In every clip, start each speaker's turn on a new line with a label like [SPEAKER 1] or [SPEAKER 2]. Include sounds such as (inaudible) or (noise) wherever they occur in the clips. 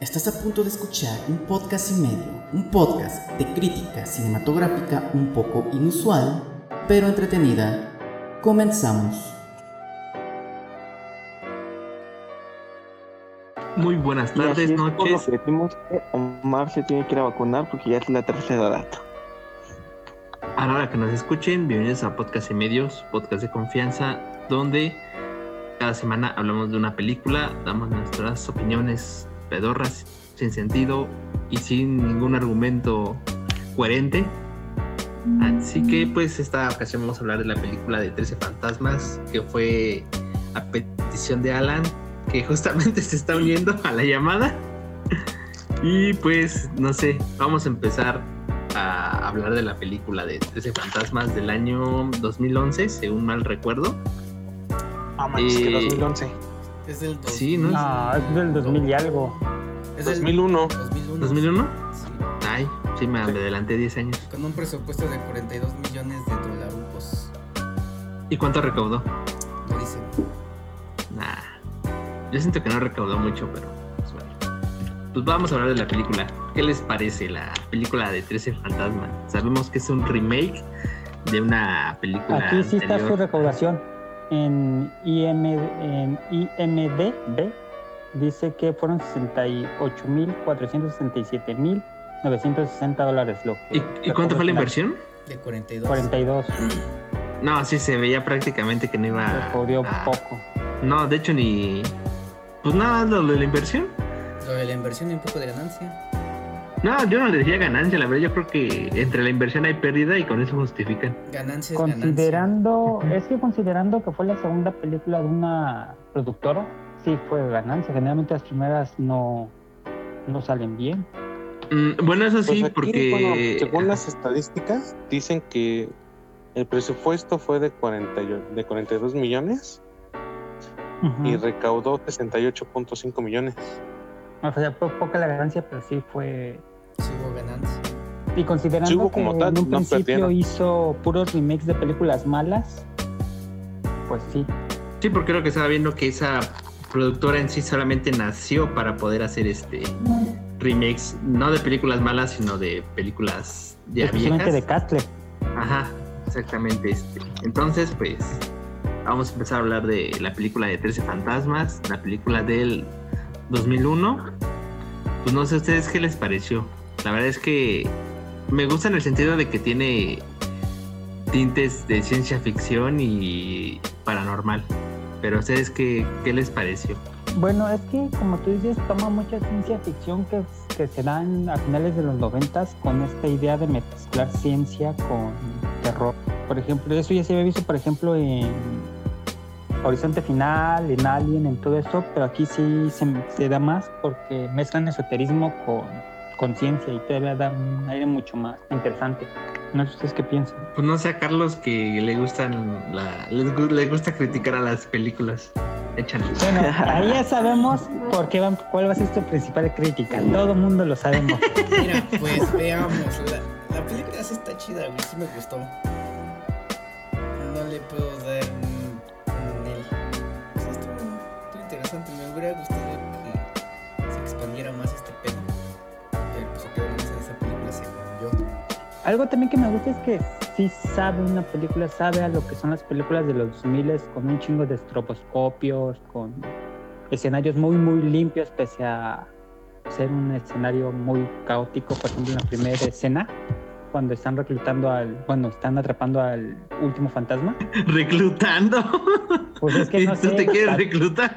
[SPEAKER 1] Estás a punto de escuchar un podcast y medio, un podcast de crítica cinematográfica un poco inusual, pero entretenida. Comenzamos.
[SPEAKER 2] Muy buenas
[SPEAKER 3] Y así
[SPEAKER 2] tardes,
[SPEAKER 3] es por lo
[SPEAKER 2] noches.
[SPEAKER 3] que decimos que Omar se tiene que ir a vacunar porque ya es la tercera edad.
[SPEAKER 2] Ahora que nos escuchen, bienvenidos a Podcast y Medios, podcast de confianza, donde cada semana hablamos de una película, damos nuestras opiniones pedorras, sin sentido y sin ningún argumento coherente. Así que,
[SPEAKER 3] Mm.
[SPEAKER 2] pues, esta ocasión vamos a hablar de la película de 13 Fantasmas, que fue a petición de Alan, que justamente (laughs) se está uniendo a la llamada. Y pues, no sé, vamos a empezar a hablar de la película de 13 Fantasmas del año 2011, según mal recuerdo.
[SPEAKER 4] Ah, manches, que
[SPEAKER 2] Eh,
[SPEAKER 4] 2011.
[SPEAKER 5] Es del dos-
[SPEAKER 2] Sí, ¿no?
[SPEAKER 6] Ah, es del 2000 y algo.
[SPEAKER 5] es del
[SPEAKER 4] 2001.
[SPEAKER 5] 2001.
[SPEAKER 2] ¿2001?
[SPEAKER 5] Sí,
[SPEAKER 2] Ay, sí, me adelanté 10 años.
[SPEAKER 5] con un presupuesto de 42 millones de dólares.
[SPEAKER 2] ¿Y cuánto recaudó?
[SPEAKER 5] Lo dicen.
[SPEAKER 2] Nah. Yo siento que no recaudó mucho, pero pues bueno. Pues vamos a hablar de la película. ¿Qué les parece la película de 13 Fantasmas? Sabemos que es un remake de una película
[SPEAKER 6] Aquí sí está su
[SPEAKER 2] anterior.
[SPEAKER 6] recaudación. En, IM, en IMDB dice que fueron 68.467.960 dólares, lo que
[SPEAKER 2] ¿Y, y cuánto fue la inversión?
[SPEAKER 5] De 42.
[SPEAKER 6] 42.
[SPEAKER 2] No, sí, se veía prácticamente que no iba a-
[SPEAKER 6] Recaudó
[SPEAKER 2] a-
[SPEAKER 6] poco.
[SPEAKER 2] No, de hecho ni... Pues nada, lo de la inversión.
[SPEAKER 5] Lo de la inversión y un poco de ganancia.
[SPEAKER 2] No, yo no le decía ganancia, la verdad yo creo que entre la inversión hay pérdida y con eso justifican.
[SPEAKER 5] Ganancia es ganancia.
[SPEAKER 6] Considerando,
[SPEAKER 2] Ujú.
[SPEAKER 6] es que considerando que fue la segunda película de una productora, sí fue ganancia. Generalmente las primeras no, no salen bien.
[SPEAKER 2] Mm, bueno, eso sí,
[SPEAKER 3] Pues aquí,
[SPEAKER 2] porque...
[SPEAKER 3] bueno, según las estadísticas, dicen que el presupuesto fue de, 40, y- de 42 millones y
[SPEAKER 6] Ujú.
[SPEAKER 3] recaudó 68.5 millones.
[SPEAKER 6] O sea, fue poca la ganancia, pero sí fue
[SPEAKER 5] Sí hubo ganancia.
[SPEAKER 6] Y considerando
[SPEAKER 3] Sí hubo
[SPEAKER 6] que
[SPEAKER 3] como tal,
[SPEAKER 6] en un
[SPEAKER 3] no
[SPEAKER 6] principio
[SPEAKER 3] perdieron.
[SPEAKER 6] hizo puros remakes de películas malas, pues sí.
[SPEAKER 2] Sí, porque creo que estaba viendo que esa productora en sí solamente nació para poder hacer este remakes, no de películas malas, sino de películas ya
[SPEAKER 6] Especialmente
[SPEAKER 2] viejas.
[SPEAKER 6] de Castle.
[SPEAKER 2] Ajá, exactamente. Este. Entonces, pues, vamos a empezar a hablar de la película de 13 fantasmas, la película del 2001. Pues no sé a ustedes qué les pareció. La verdad es que me gusta en el sentido de que tiene tintes de ciencia ficción y paranormal. Pero a ustedes qué, qué les pareció.
[SPEAKER 6] Bueno, es que como tú dices, toma mucha ciencia ficción que, que se dan a finales de los noventas con esta idea de mezclar ciencia con terror. Por ejemplo, eso ya se había visto, por ejemplo, en Horizonte Final, en Alien, en todo eso, pero aquí sí se, se da más porque mezclan esoterismo con, con ciencia y todavía da un aire mucho más interesante. No sé ustedes qué piensan.
[SPEAKER 2] Pues no sé a Carlos que le gustan la, les, gu- le gusta criticar a las películas. Échale. (laughs)
[SPEAKER 6] Bueno, ahí ya sabemos por qué van, cuál va a ser tu principal crítica. Todo el mundo lo sabemos.
[SPEAKER 5] Mira,
[SPEAKER 6] (laughs)
[SPEAKER 5] pues veamos. La, la película sí está chida, güey. Sí me gustó. No le puedo dar un, un él. O sea, estuvo, estuvo interesante. Me hubiera gustado que se expandiera más este pedo. Pero pues se quedó en esa- esa película, según yo.
[SPEAKER 6] Algo también que me gusta es que sí sabe una película, sabe a lo que son las películas de los 2000 con un chingo de estroboscopios, con escenarios muy, muy limpios, pese a ser un escenario muy caótico. Por ejemplo, en la primera escena, cuando están reclutando al, bueno, están atrapando al último fantasma.
[SPEAKER 2] Reclutando.
[SPEAKER 6] Pues es
[SPEAKER 2] (laughs)
[SPEAKER 6] que no
[SPEAKER 2] ¿Tú
[SPEAKER 6] sé,
[SPEAKER 2] te quieres
[SPEAKER 6] tal-
[SPEAKER 2] reclutar?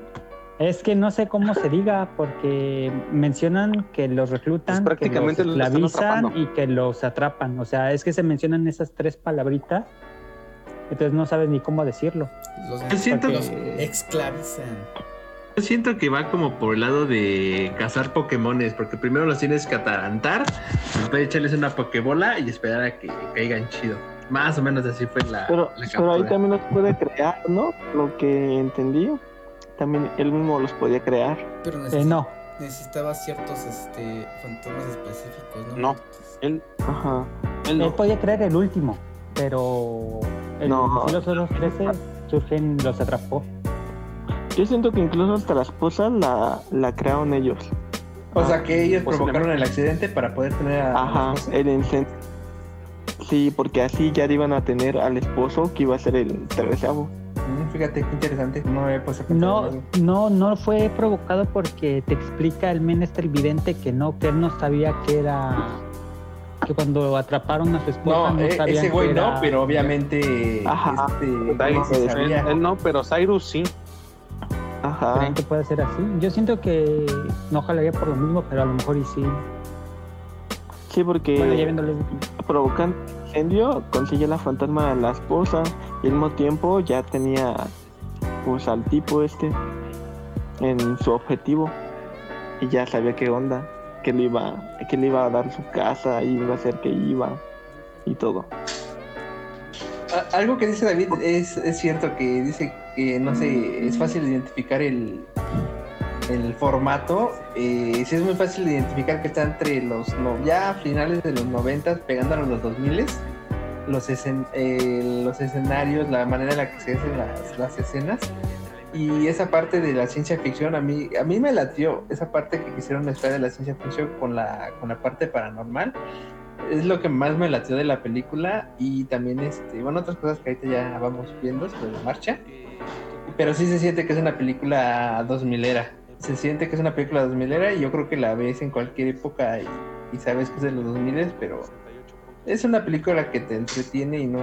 [SPEAKER 2] (laughs)
[SPEAKER 6] es que no sé cómo se diga, porque mencionan que los reclutan,
[SPEAKER 3] Pues prácticamente
[SPEAKER 6] que los
[SPEAKER 3] los están
[SPEAKER 6] esclavizan
[SPEAKER 3] atrapando.
[SPEAKER 6] y que los atrapan. O sea, es que se mencionan esas tres palabritas, entonces no sabes ni cómo decirlo.
[SPEAKER 5] Los,
[SPEAKER 2] Yo siento
[SPEAKER 5] los
[SPEAKER 6] que-
[SPEAKER 5] esclavizan.
[SPEAKER 2] Yo siento que va como por el lado de cazar Pokémones, porque primero los tienes que atarantar, después echarles una Pokébola y esperar a que caigan chido. Más o menos así fue la,
[SPEAKER 3] Pero,
[SPEAKER 2] la
[SPEAKER 3] pero ahí
[SPEAKER 2] captura.
[SPEAKER 3] también los puede crear, ¿no? Lo que entendí, también él mismo los podía crear.
[SPEAKER 5] Pero necesita-
[SPEAKER 6] Eh, no,
[SPEAKER 5] necesitaba ciertos este, fantasmas específicos, ¿no?
[SPEAKER 3] No. Él, ajá. Él
[SPEAKER 6] él
[SPEAKER 3] no.
[SPEAKER 6] podía creer el último, pero el,
[SPEAKER 3] No.
[SPEAKER 6] sí los otros 13 surgen, los atrapó.
[SPEAKER 3] Yo siento que incluso hasta las cosas la, la crearon ellos.
[SPEAKER 2] O sea, que ellos provocaron el accidente para poder tener a.
[SPEAKER 6] Ah,
[SPEAKER 7] Ajá, el incendio. Sí, porque así ya iban a tener al esposo que iba a ser el terceavo.
[SPEAKER 2] Mm, Fíjate qué interesante. No me he puesto a pensar
[SPEAKER 6] No,
[SPEAKER 2] en eso.
[SPEAKER 6] no, no fue provocado porque te explica el menester vidente que no, que él no sabía que era. Que cuando atraparon a su esposa
[SPEAKER 2] No,
[SPEAKER 6] pues, no,
[SPEAKER 2] eh,
[SPEAKER 6] sabían
[SPEAKER 2] ese güey
[SPEAKER 6] que
[SPEAKER 2] no,
[SPEAKER 6] era-
[SPEAKER 2] pero obviamente.
[SPEAKER 7] Ajá.
[SPEAKER 2] Este,
[SPEAKER 3] Ahí,
[SPEAKER 2] güey sí
[SPEAKER 3] él-
[SPEAKER 2] sabía.
[SPEAKER 3] él no, pero Cyrus sí.
[SPEAKER 2] Ah.
[SPEAKER 7] Ajá.
[SPEAKER 6] ¿Creen que puede ser así? Yo siento que no jalaría por lo mismo, pero a lo mejor y sí.
[SPEAKER 7] Sí, porque
[SPEAKER 6] Bueno, ya viéndole.
[SPEAKER 7] provocan incendio, consigue la fantasma de la esposa y al mismo tiempo ya tenía pues al tipo este en su objetivo y ya sabía qué onda, que le iba, que le iba a dar su casa y iba a hacer que iba y todo.
[SPEAKER 2] A- Algo que dice David es, es cierto que dice que no sé, es fácil identificar el, el formato. Eh, sí es muy fácil identificar que está entre los no, ya a finales de los 90 pegando a los 2000 los, escen- eh, los escenarios, la manera en la que se hacen las, las escenas. Y esa parte de la ciencia ficción a mí, a mí me latió, esa parte que quisieron mezclar de la ciencia ficción con la, con la parte paranormal es lo que más me latió de la película y también este bueno otras cosas que ahorita ya vamos viendo sobre la marcha pero sí se siente que es una película 2000 era se siente que es una película 2000 era y yo creo que la ves en cualquier época y, y sabes que es de los 2000 pero es una película que te entretiene y no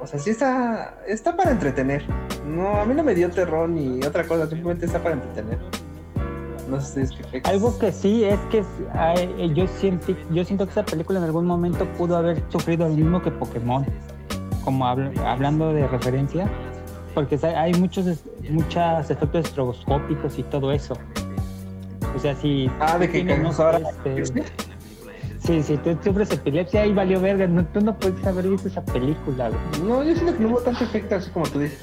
[SPEAKER 2] o sea sí está está para entretener no a mí no me dio terror ni otra cosa simplemente está para entretener no sé si es que
[SPEAKER 6] Algo que sí es que es- ay, eh, yo, siento, yo siento que esa película en algún momento pudo haber sufrido lo mismo que Pokémon, como habl- hablando de referencia, porque sa- hay muchos es- muchas efectos estroboscópicos y todo eso. O sea, si
[SPEAKER 2] ah de que
[SPEAKER 6] tiene, no sé,
[SPEAKER 2] ahora
[SPEAKER 6] este, sí, si tú sufres epilepsia ahí valió verga, no, tú no puedes haber visto esa película. güey.
[SPEAKER 2] No, yo siento que no hubo tanto efecto así como tú dices.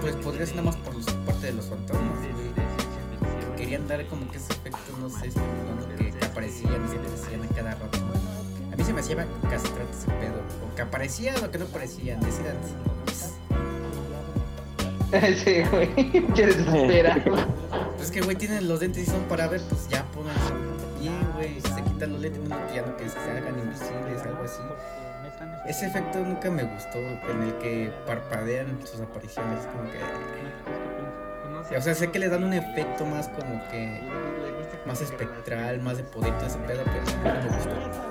[SPEAKER 5] Pues podría ser nada más por los, parte de los fantasmas. güey. Querían dar como que ese efecto, no sé, espeluznante que, que aparecían y se aparecían a cada rato. A mí se me hacía castrante ese pedo. O que aparecían o que no aparecían. Decidan. Pues
[SPEAKER 2] sí, güey. Qué desesperado.
[SPEAKER 5] Pues que, güey, tienen los lentes y son para ver, pues ya pónganse bien, güey. Si se quitan los lentes, no, ya no que se hagan invisibles, algo así. Ese efecto nunca me gustó, en el que parpadean sus apariciones, como que... O sea, sé que le dan un efecto más como que... Más espectral, más de poder, todo ese pedo, pero nunca me gustó.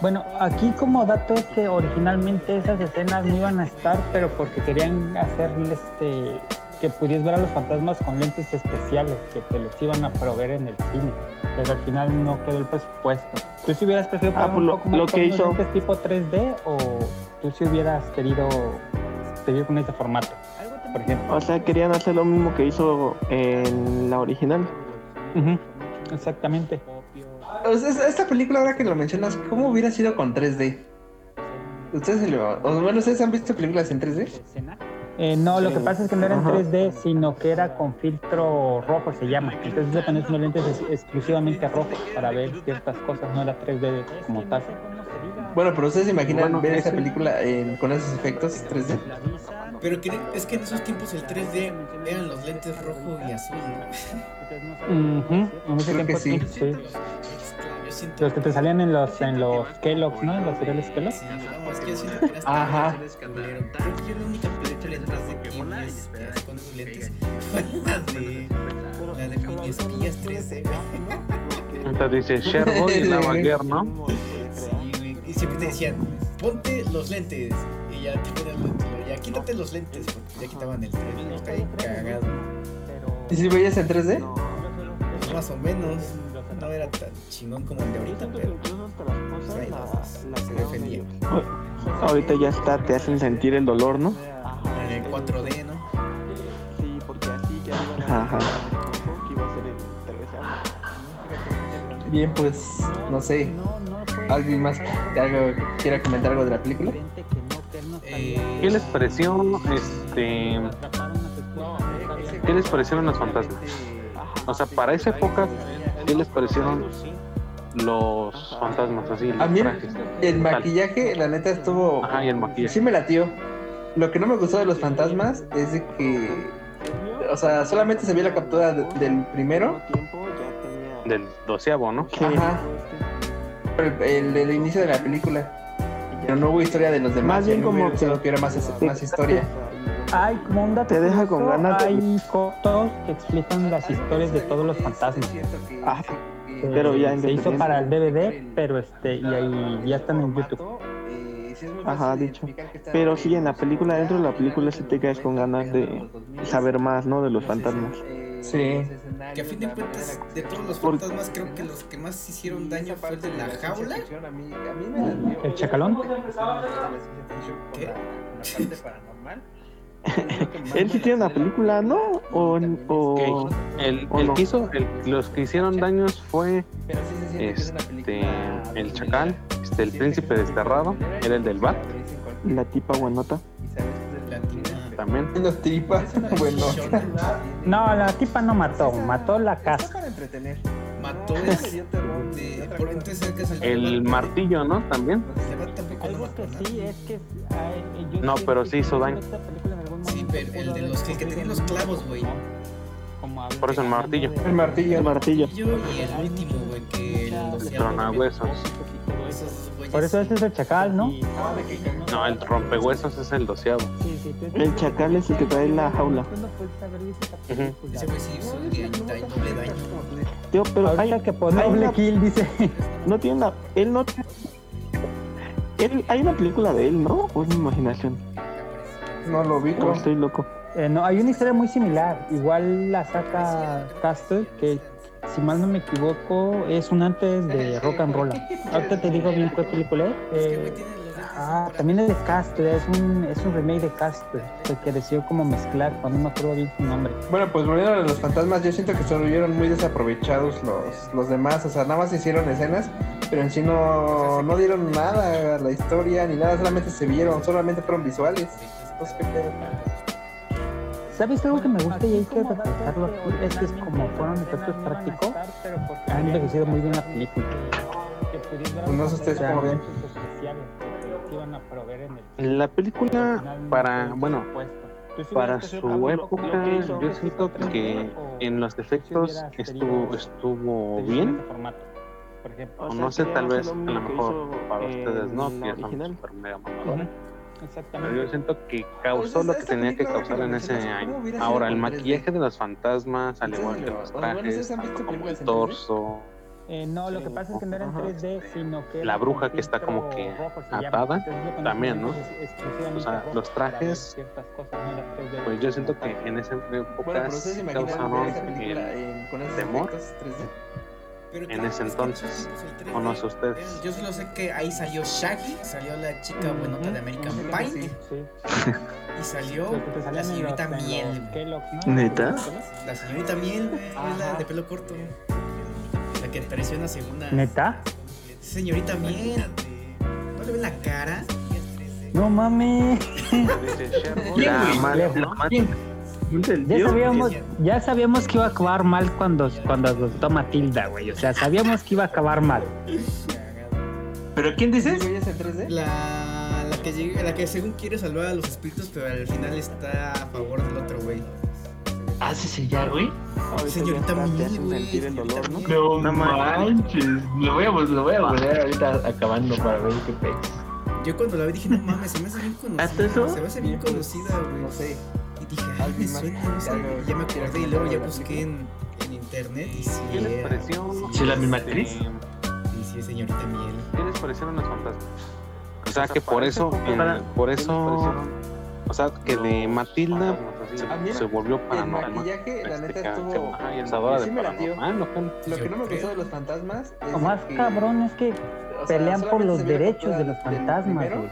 [SPEAKER 6] Bueno, aquí como dato es que originalmente esas escenas no iban a estar, pero porque querían hacer este que pudieras ver a los fantasmas con lentes especiales que te los iban a proveer en el cine, pero al final no quedó el presupuesto. ¿Tú si hubieras preferido
[SPEAKER 7] Ah,
[SPEAKER 6] pagar
[SPEAKER 7] pues
[SPEAKER 6] un
[SPEAKER 7] lo-
[SPEAKER 6] poco más
[SPEAKER 7] lo
[SPEAKER 6] por
[SPEAKER 7] que
[SPEAKER 6] unos
[SPEAKER 7] hizo-
[SPEAKER 6] lentes tipo 3D o tú si hubieras querido seguir con ese formato, por ejemplo?
[SPEAKER 7] O sea, querían hacer lo mismo que hizo en la original.
[SPEAKER 6] Exactamente.
[SPEAKER 2] O sea, esta- esta película, ahora que lo mencionas, ¿cómo hubiera sido con 3D? ¿Ustedes, se lo- o bueno, ¿ustedes han visto películas en 3D?
[SPEAKER 6] Eh, no, lo que pasa es que no era en
[SPEAKER 7] Ajá.
[SPEAKER 6] 3D, sino que era con filtro rojo, se llama. Entonces se pones unos lentes ex- exclusivamente rojos para ver ciertas cosas, no era 3D como tal.
[SPEAKER 2] Bueno, pero ¿ustedes se imaginan
[SPEAKER 3] Bueno,
[SPEAKER 2] ver esa
[SPEAKER 3] ese-
[SPEAKER 2] película en- con esos efectos 3D?
[SPEAKER 5] Pero que- es que en esos tiempos el 3D eran los lentes rojo y azul, ¿no?
[SPEAKER 6] Ujú, En ese
[SPEAKER 2] Creo que
[SPEAKER 6] tiempo sí. sí.
[SPEAKER 5] Yo siento...
[SPEAKER 6] Los que te salían en los, en los Kellogg's, ¿no? En los cereales Kellogg's.
[SPEAKER 5] Sí, no, es que yo siento que era hasta
[SPEAKER 2] Ajá.
[SPEAKER 5] culero. Creo que yo la única película en 3D que vi es- que es con sus lentes fue la de... La de mini espías 3D, güey.
[SPEAKER 3] (laughs) Entonces dice
[SPEAKER 2] (laughs)
[SPEAKER 3] Sherwood y Lavalier, ¿no?
[SPEAKER 5] (laughs) Sí, güey. Y siempre te decían, ponte los lentes. Y ya te ponían los lentes. Ya quítate los lentes. Porque ya quitaban el 3D. Está ahí cagado.
[SPEAKER 2] ¿Y si veías en 3D?
[SPEAKER 5] Pues más o menos. No era tan chingón como el de ahorita, pero. ahí las- las defendía.
[SPEAKER 7] Ahorita ya está, te hacen sentir el dolor, ¿no?
[SPEAKER 5] En el 4D, ¿no?
[SPEAKER 7] Sí, porque así ya
[SPEAKER 2] Ajá. Bien, pues, no sé. ¿Alguien más que algo- quiera comentar algo de la película?
[SPEAKER 5] Eh,
[SPEAKER 3] ¿Qué les pareció, este, qué les parecieron los fantasmas? O sea, para esa época, ¿qué les parecieron los fantasmas así? Los
[SPEAKER 2] A mí
[SPEAKER 3] trajes?
[SPEAKER 2] el maquillaje, la neta, estuvo...
[SPEAKER 3] Ajá, y el maquillaje.
[SPEAKER 2] Sí me latió. Lo que no me gustó de los fantasmas es de que... O sea, solamente se vio la captura de- del primero
[SPEAKER 3] del doceavo, ¿no?
[SPEAKER 8] Ajá. El, el, el inicio de la película. Pero no hubo historia de los demás.
[SPEAKER 7] Más bien
[SPEAKER 8] a mí me
[SPEAKER 7] como
[SPEAKER 8] hubiera gustado
[SPEAKER 7] que-
[SPEAKER 8] que hubiera más, este,
[SPEAKER 6] (laughs)
[SPEAKER 8] más historia.
[SPEAKER 6] Ay, como un dato
[SPEAKER 7] Te deja
[SPEAKER 6] curioso,
[SPEAKER 7] con ganas de-
[SPEAKER 6] Hay cortos que explican las historias de todos los fantasmas.
[SPEAKER 7] Ah,
[SPEAKER 6] Eh,
[SPEAKER 7] pero ya
[SPEAKER 6] se hizo
[SPEAKER 7] independiente.
[SPEAKER 6] para el DVD, pero este y ahí ya están en YouTube.
[SPEAKER 7] Ajá, dicho. Pero sí, en la película, dentro de la película, sí te quedas con ganas de saber más, ¿no? De los fantasmas.
[SPEAKER 8] Sí.
[SPEAKER 5] Que a fin de cuentas, de todos los
[SPEAKER 7] Por-
[SPEAKER 5] fantasmas, creo que los que más hicieron daño fue el de la jaula.
[SPEAKER 6] ¿El chacalón?
[SPEAKER 5] ¿Qué?
[SPEAKER 7] (laughs) Él sí tiene una película, ¿no? O, o...
[SPEAKER 3] El,
[SPEAKER 7] ¿O
[SPEAKER 3] el
[SPEAKER 7] no?
[SPEAKER 3] que hizo, el- los que hicieron daños fue este, el chacal, este, el príncipe desterrado, era el del bat
[SPEAKER 7] la tipa guanota.
[SPEAKER 3] también.
[SPEAKER 8] Los tripas, bueno.
[SPEAKER 6] No, la tipa no mató, mató la
[SPEAKER 8] Está
[SPEAKER 6] casa.
[SPEAKER 8] para entretener.
[SPEAKER 5] Mató
[SPEAKER 8] No,
[SPEAKER 5] es-
[SPEAKER 8] dio terror,
[SPEAKER 5] de-
[SPEAKER 8] otra
[SPEAKER 5] por
[SPEAKER 8] cosa.
[SPEAKER 5] entonces el que salió
[SPEAKER 3] El
[SPEAKER 5] Batman.
[SPEAKER 3] martillo, ¿no? También.
[SPEAKER 5] El Batman tampoco lo
[SPEAKER 6] Algo que
[SPEAKER 5] mató,
[SPEAKER 6] sí eh.
[SPEAKER 5] ¿no?
[SPEAKER 6] es que ay, yo
[SPEAKER 3] No,
[SPEAKER 6] siento
[SPEAKER 3] pero
[SPEAKER 6] que
[SPEAKER 3] sí hizo daño.
[SPEAKER 6] esta película en algún
[SPEAKER 5] Sí,
[SPEAKER 6] momento
[SPEAKER 5] pero el
[SPEAKER 6] pudo
[SPEAKER 5] de
[SPEAKER 6] haber
[SPEAKER 5] los- el que tenía los clavos, güey.
[SPEAKER 6] Como hablando
[SPEAKER 3] Por eso el
[SPEAKER 6] de-
[SPEAKER 3] martillo.
[SPEAKER 8] El martillo.
[SPEAKER 7] El martillo.
[SPEAKER 5] Y yo y el último, güey, que los
[SPEAKER 3] Tronahuesos.
[SPEAKER 5] Esos güeyes
[SPEAKER 6] Por eso ese es el chacal, ¿no?
[SPEAKER 3] No, el rompehuesos es el doceavo.
[SPEAKER 7] El chacal es el que trae la jaula.
[SPEAKER 5] Ese güey sí hizo el da- doble daño.
[SPEAKER 7] Tío, pero hay,
[SPEAKER 6] Ahorita que pone
[SPEAKER 7] hay
[SPEAKER 6] doble
[SPEAKER 7] una-
[SPEAKER 6] kill, dice. (laughs)
[SPEAKER 7] no tiene una... Él no... Él, hay una película de él, ¿no? O es mi imaginación.
[SPEAKER 8] No lo vi.
[SPEAKER 7] O estoy loco.
[SPEAKER 6] Eh, no, hay una historia muy similar. Igual la Ah, saca Castle, que si mal no me equivoco, es un antes de Rock and Roll. Ahorita te digo bien qué película es.
[SPEAKER 5] Es que,
[SPEAKER 6] Eh,
[SPEAKER 5] güey, tiene los lentes
[SPEAKER 6] Ah,
[SPEAKER 5] para-
[SPEAKER 6] también es de Castle, es un, es un remake de Castle, el que decidió como mezclar, cuando no me acuerdo bien su nombre.
[SPEAKER 8] Bueno, pues volviendo a los fantasmas, yo siento que se vieron muy desaprovechados los, los demás. O sea, nada más hicieron escenas, pero en sí no, no dieron nada a la historia ni nada, solamente se vieron, solamente fueron visuales. Entonces, ¿qué pedo?
[SPEAKER 6] ¿Sabes algo que me gusta y hay que resaltarlo aquí? Es que es como fueron efectos prácticos, ha envejecido muy bien la película.
[SPEAKER 8] Pues no sé ustedes cómo ven.
[SPEAKER 3] La película para, bueno, para su época, yo siento que en los defectos estuvo, estuvo bien. O no sé, tal vez, a lo mejor para ustedes no, que ya son super mega mamadores. Pero yo siento que causó lo que tenía que causar en ese año. Ahora, el maquillaje de los fantasmas, al igual que los trajes, tanto como el torso,
[SPEAKER 6] Eh, no, lo que pasa es que no era en
[SPEAKER 3] Ajá.
[SPEAKER 6] 3D, sino que...
[SPEAKER 3] La
[SPEAKER 6] era
[SPEAKER 3] bruja
[SPEAKER 6] con
[SPEAKER 3] que está como
[SPEAKER 6] filtro
[SPEAKER 3] que
[SPEAKER 6] rojo, se llama.
[SPEAKER 3] atada,
[SPEAKER 6] Entonces, lo que
[SPEAKER 3] también, ¿no?
[SPEAKER 6] nosotros es exclusivamente
[SPEAKER 3] O sea,
[SPEAKER 6] rojo
[SPEAKER 3] los
[SPEAKER 6] para ver
[SPEAKER 3] trajes,
[SPEAKER 6] ciertas cosas, no era 3D.
[SPEAKER 3] pues yo siento que en esa
[SPEAKER 8] Bueno,
[SPEAKER 3] época
[SPEAKER 8] pero ustedes se
[SPEAKER 3] sí
[SPEAKER 8] imaginan ver
[SPEAKER 3] causaron
[SPEAKER 8] esa película
[SPEAKER 3] el-
[SPEAKER 8] en- eh, con esos
[SPEAKER 3] temor.
[SPEAKER 8] efectos 3D.
[SPEAKER 5] Pero claro, es que
[SPEAKER 3] en ese entonces,
[SPEAKER 5] nosotros el 3D,
[SPEAKER 3] o no sé ustedes.
[SPEAKER 5] Yo solo sé que ahí salió Shaggy, salió la chica buenota de American Pie
[SPEAKER 6] Sí.
[SPEAKER 5] y salió
[SPEAKER 6] Lo que te salen
[SPEAKER 5] la
[SPEAKER 6] en
[SPEAKER 5] señorita
[SPEAKER 6] los- en
[SPEAKER 5] Miel.
[SPEAKER 6] los
[SPEAKER 5] güey.
[SPEAKER 6] Kellogg's, ¿no?
[SPEAKER 7] ¿Neta?
[SPEAKER 5] La señorita Miel, güey, es la
[SPEAKER 6] Ajá.
[SPEAKER 5] de pelo corto. La que apareció en la segunda.
[SPEAKER 6] ¿Neta?
[SPEAKER 5] Señorita Miel. ¿No le ven la cara?
[SPEAKER 6] No mames.
[SPEAKER 3] La más,
[SPEAKER 6] güey?
[SPEAKER 3] la más-
[SPEAKER 6] Ya sabíamos, ya sabíamos que iba a acabar mal cuando, cuando adoptó Matilda, güey. O sea, sabíamos que iba a acabar mal.
[SPEAKER 8] ¿Pero quién dices? ¿Es en 3D?
[SPEAKER 5] La, la, que llega- la que según quiere salvar a los espíritus, pero al final está a favor del otro güey.
[SPEAKER 2] Haces ya, güey.
[SPEAKER 5] Señorita
[SPEAKER 7] Te
[SPEAKER 5] Miel,
[SPEAKER 7] hacen
[SPEAKER 5] güey.
[SPEAKER 7] sentir el dolor, ¿no?
[SPEAKER 5] señorita
[SPEAKER 2] No,
[SPEAKER 5] Miel.
[SPEAKER 7] No
[SPEAKER 2] manches. Lo voy, a, vol- lo voy a volver ahorita acabando para ver qué pex.
[SPEAKER 5] Yo cuando la vi dije, no mames, se me hace bien
[SPEAKER 2] ¿Hasta
[SPEAKER 5] conocida.
[SPEAKER 2] eso?
[SPEAKER 5] Se me hace bien conocida, güey.
[SPEAKER 8] No sé.
[SPEAKER 5] Y dije, ay, me suena, no sé, güey. Ya me acordé y luego ya busqué en, en internet y sí,
[SPEAKER 3] ¿Qué les
[SPEAKER 5] era.
[SPEAKER 3] pareció?
[SPEAKER 2] ¿Sí la misma
[SPEAKER 3] Este,
[SPEAKER 2] actriz?
[SPEAKER 5] Sí, sí, señorita Miel.
[SPEAKER 3] ¿Qué les parecieron los fantasmas? O sea, que por eso, en- por eso, o sea, que de Matilda
[SPEAKER 8] A mí
[SPEAKER 3] se, se volvió
[SPEAKER 8] El
[SPEAKER 3] paranormal.
[SPEAKER 8] maquillaje, la
[SPEAKER 3] Este,
[SPEAKER 8] neta,
[SPEAKER 3] que-
[SPEAKER 8] estuvo...
[SPEAKER 3] que- ajá, y andaba
[SPEAKER 8] Sí
[SPEAKER 3] de
[SPEAKER 8] me latió.
[SPEAKER 3] paranormal, ¿o qué?
[SPEAKER 8] Lo que no me
[SPEAKER 5] Yo creo.
[SPEAKER 8] gustó de los fantasmas es
[SPEAKER 6] Lo más
[SPEAKER 8] que-
[SPEAKER 6] cabrón es que
[SPEAKER 8] o sea,
[SPEAKER 6] pelean por
[SPEAKER 8] solamente
[SPEAKER 6] los
[SPEAKER 8] se vio la
[SPEAKER 6] derechos
[SPEAKER 8] captura
[SPEAKER 6] de los
[SPEAKER 8] del
[SPEAKER 6] fantasmas,
[SPEAKER 8] primero.
[SPEAKER 6] güey.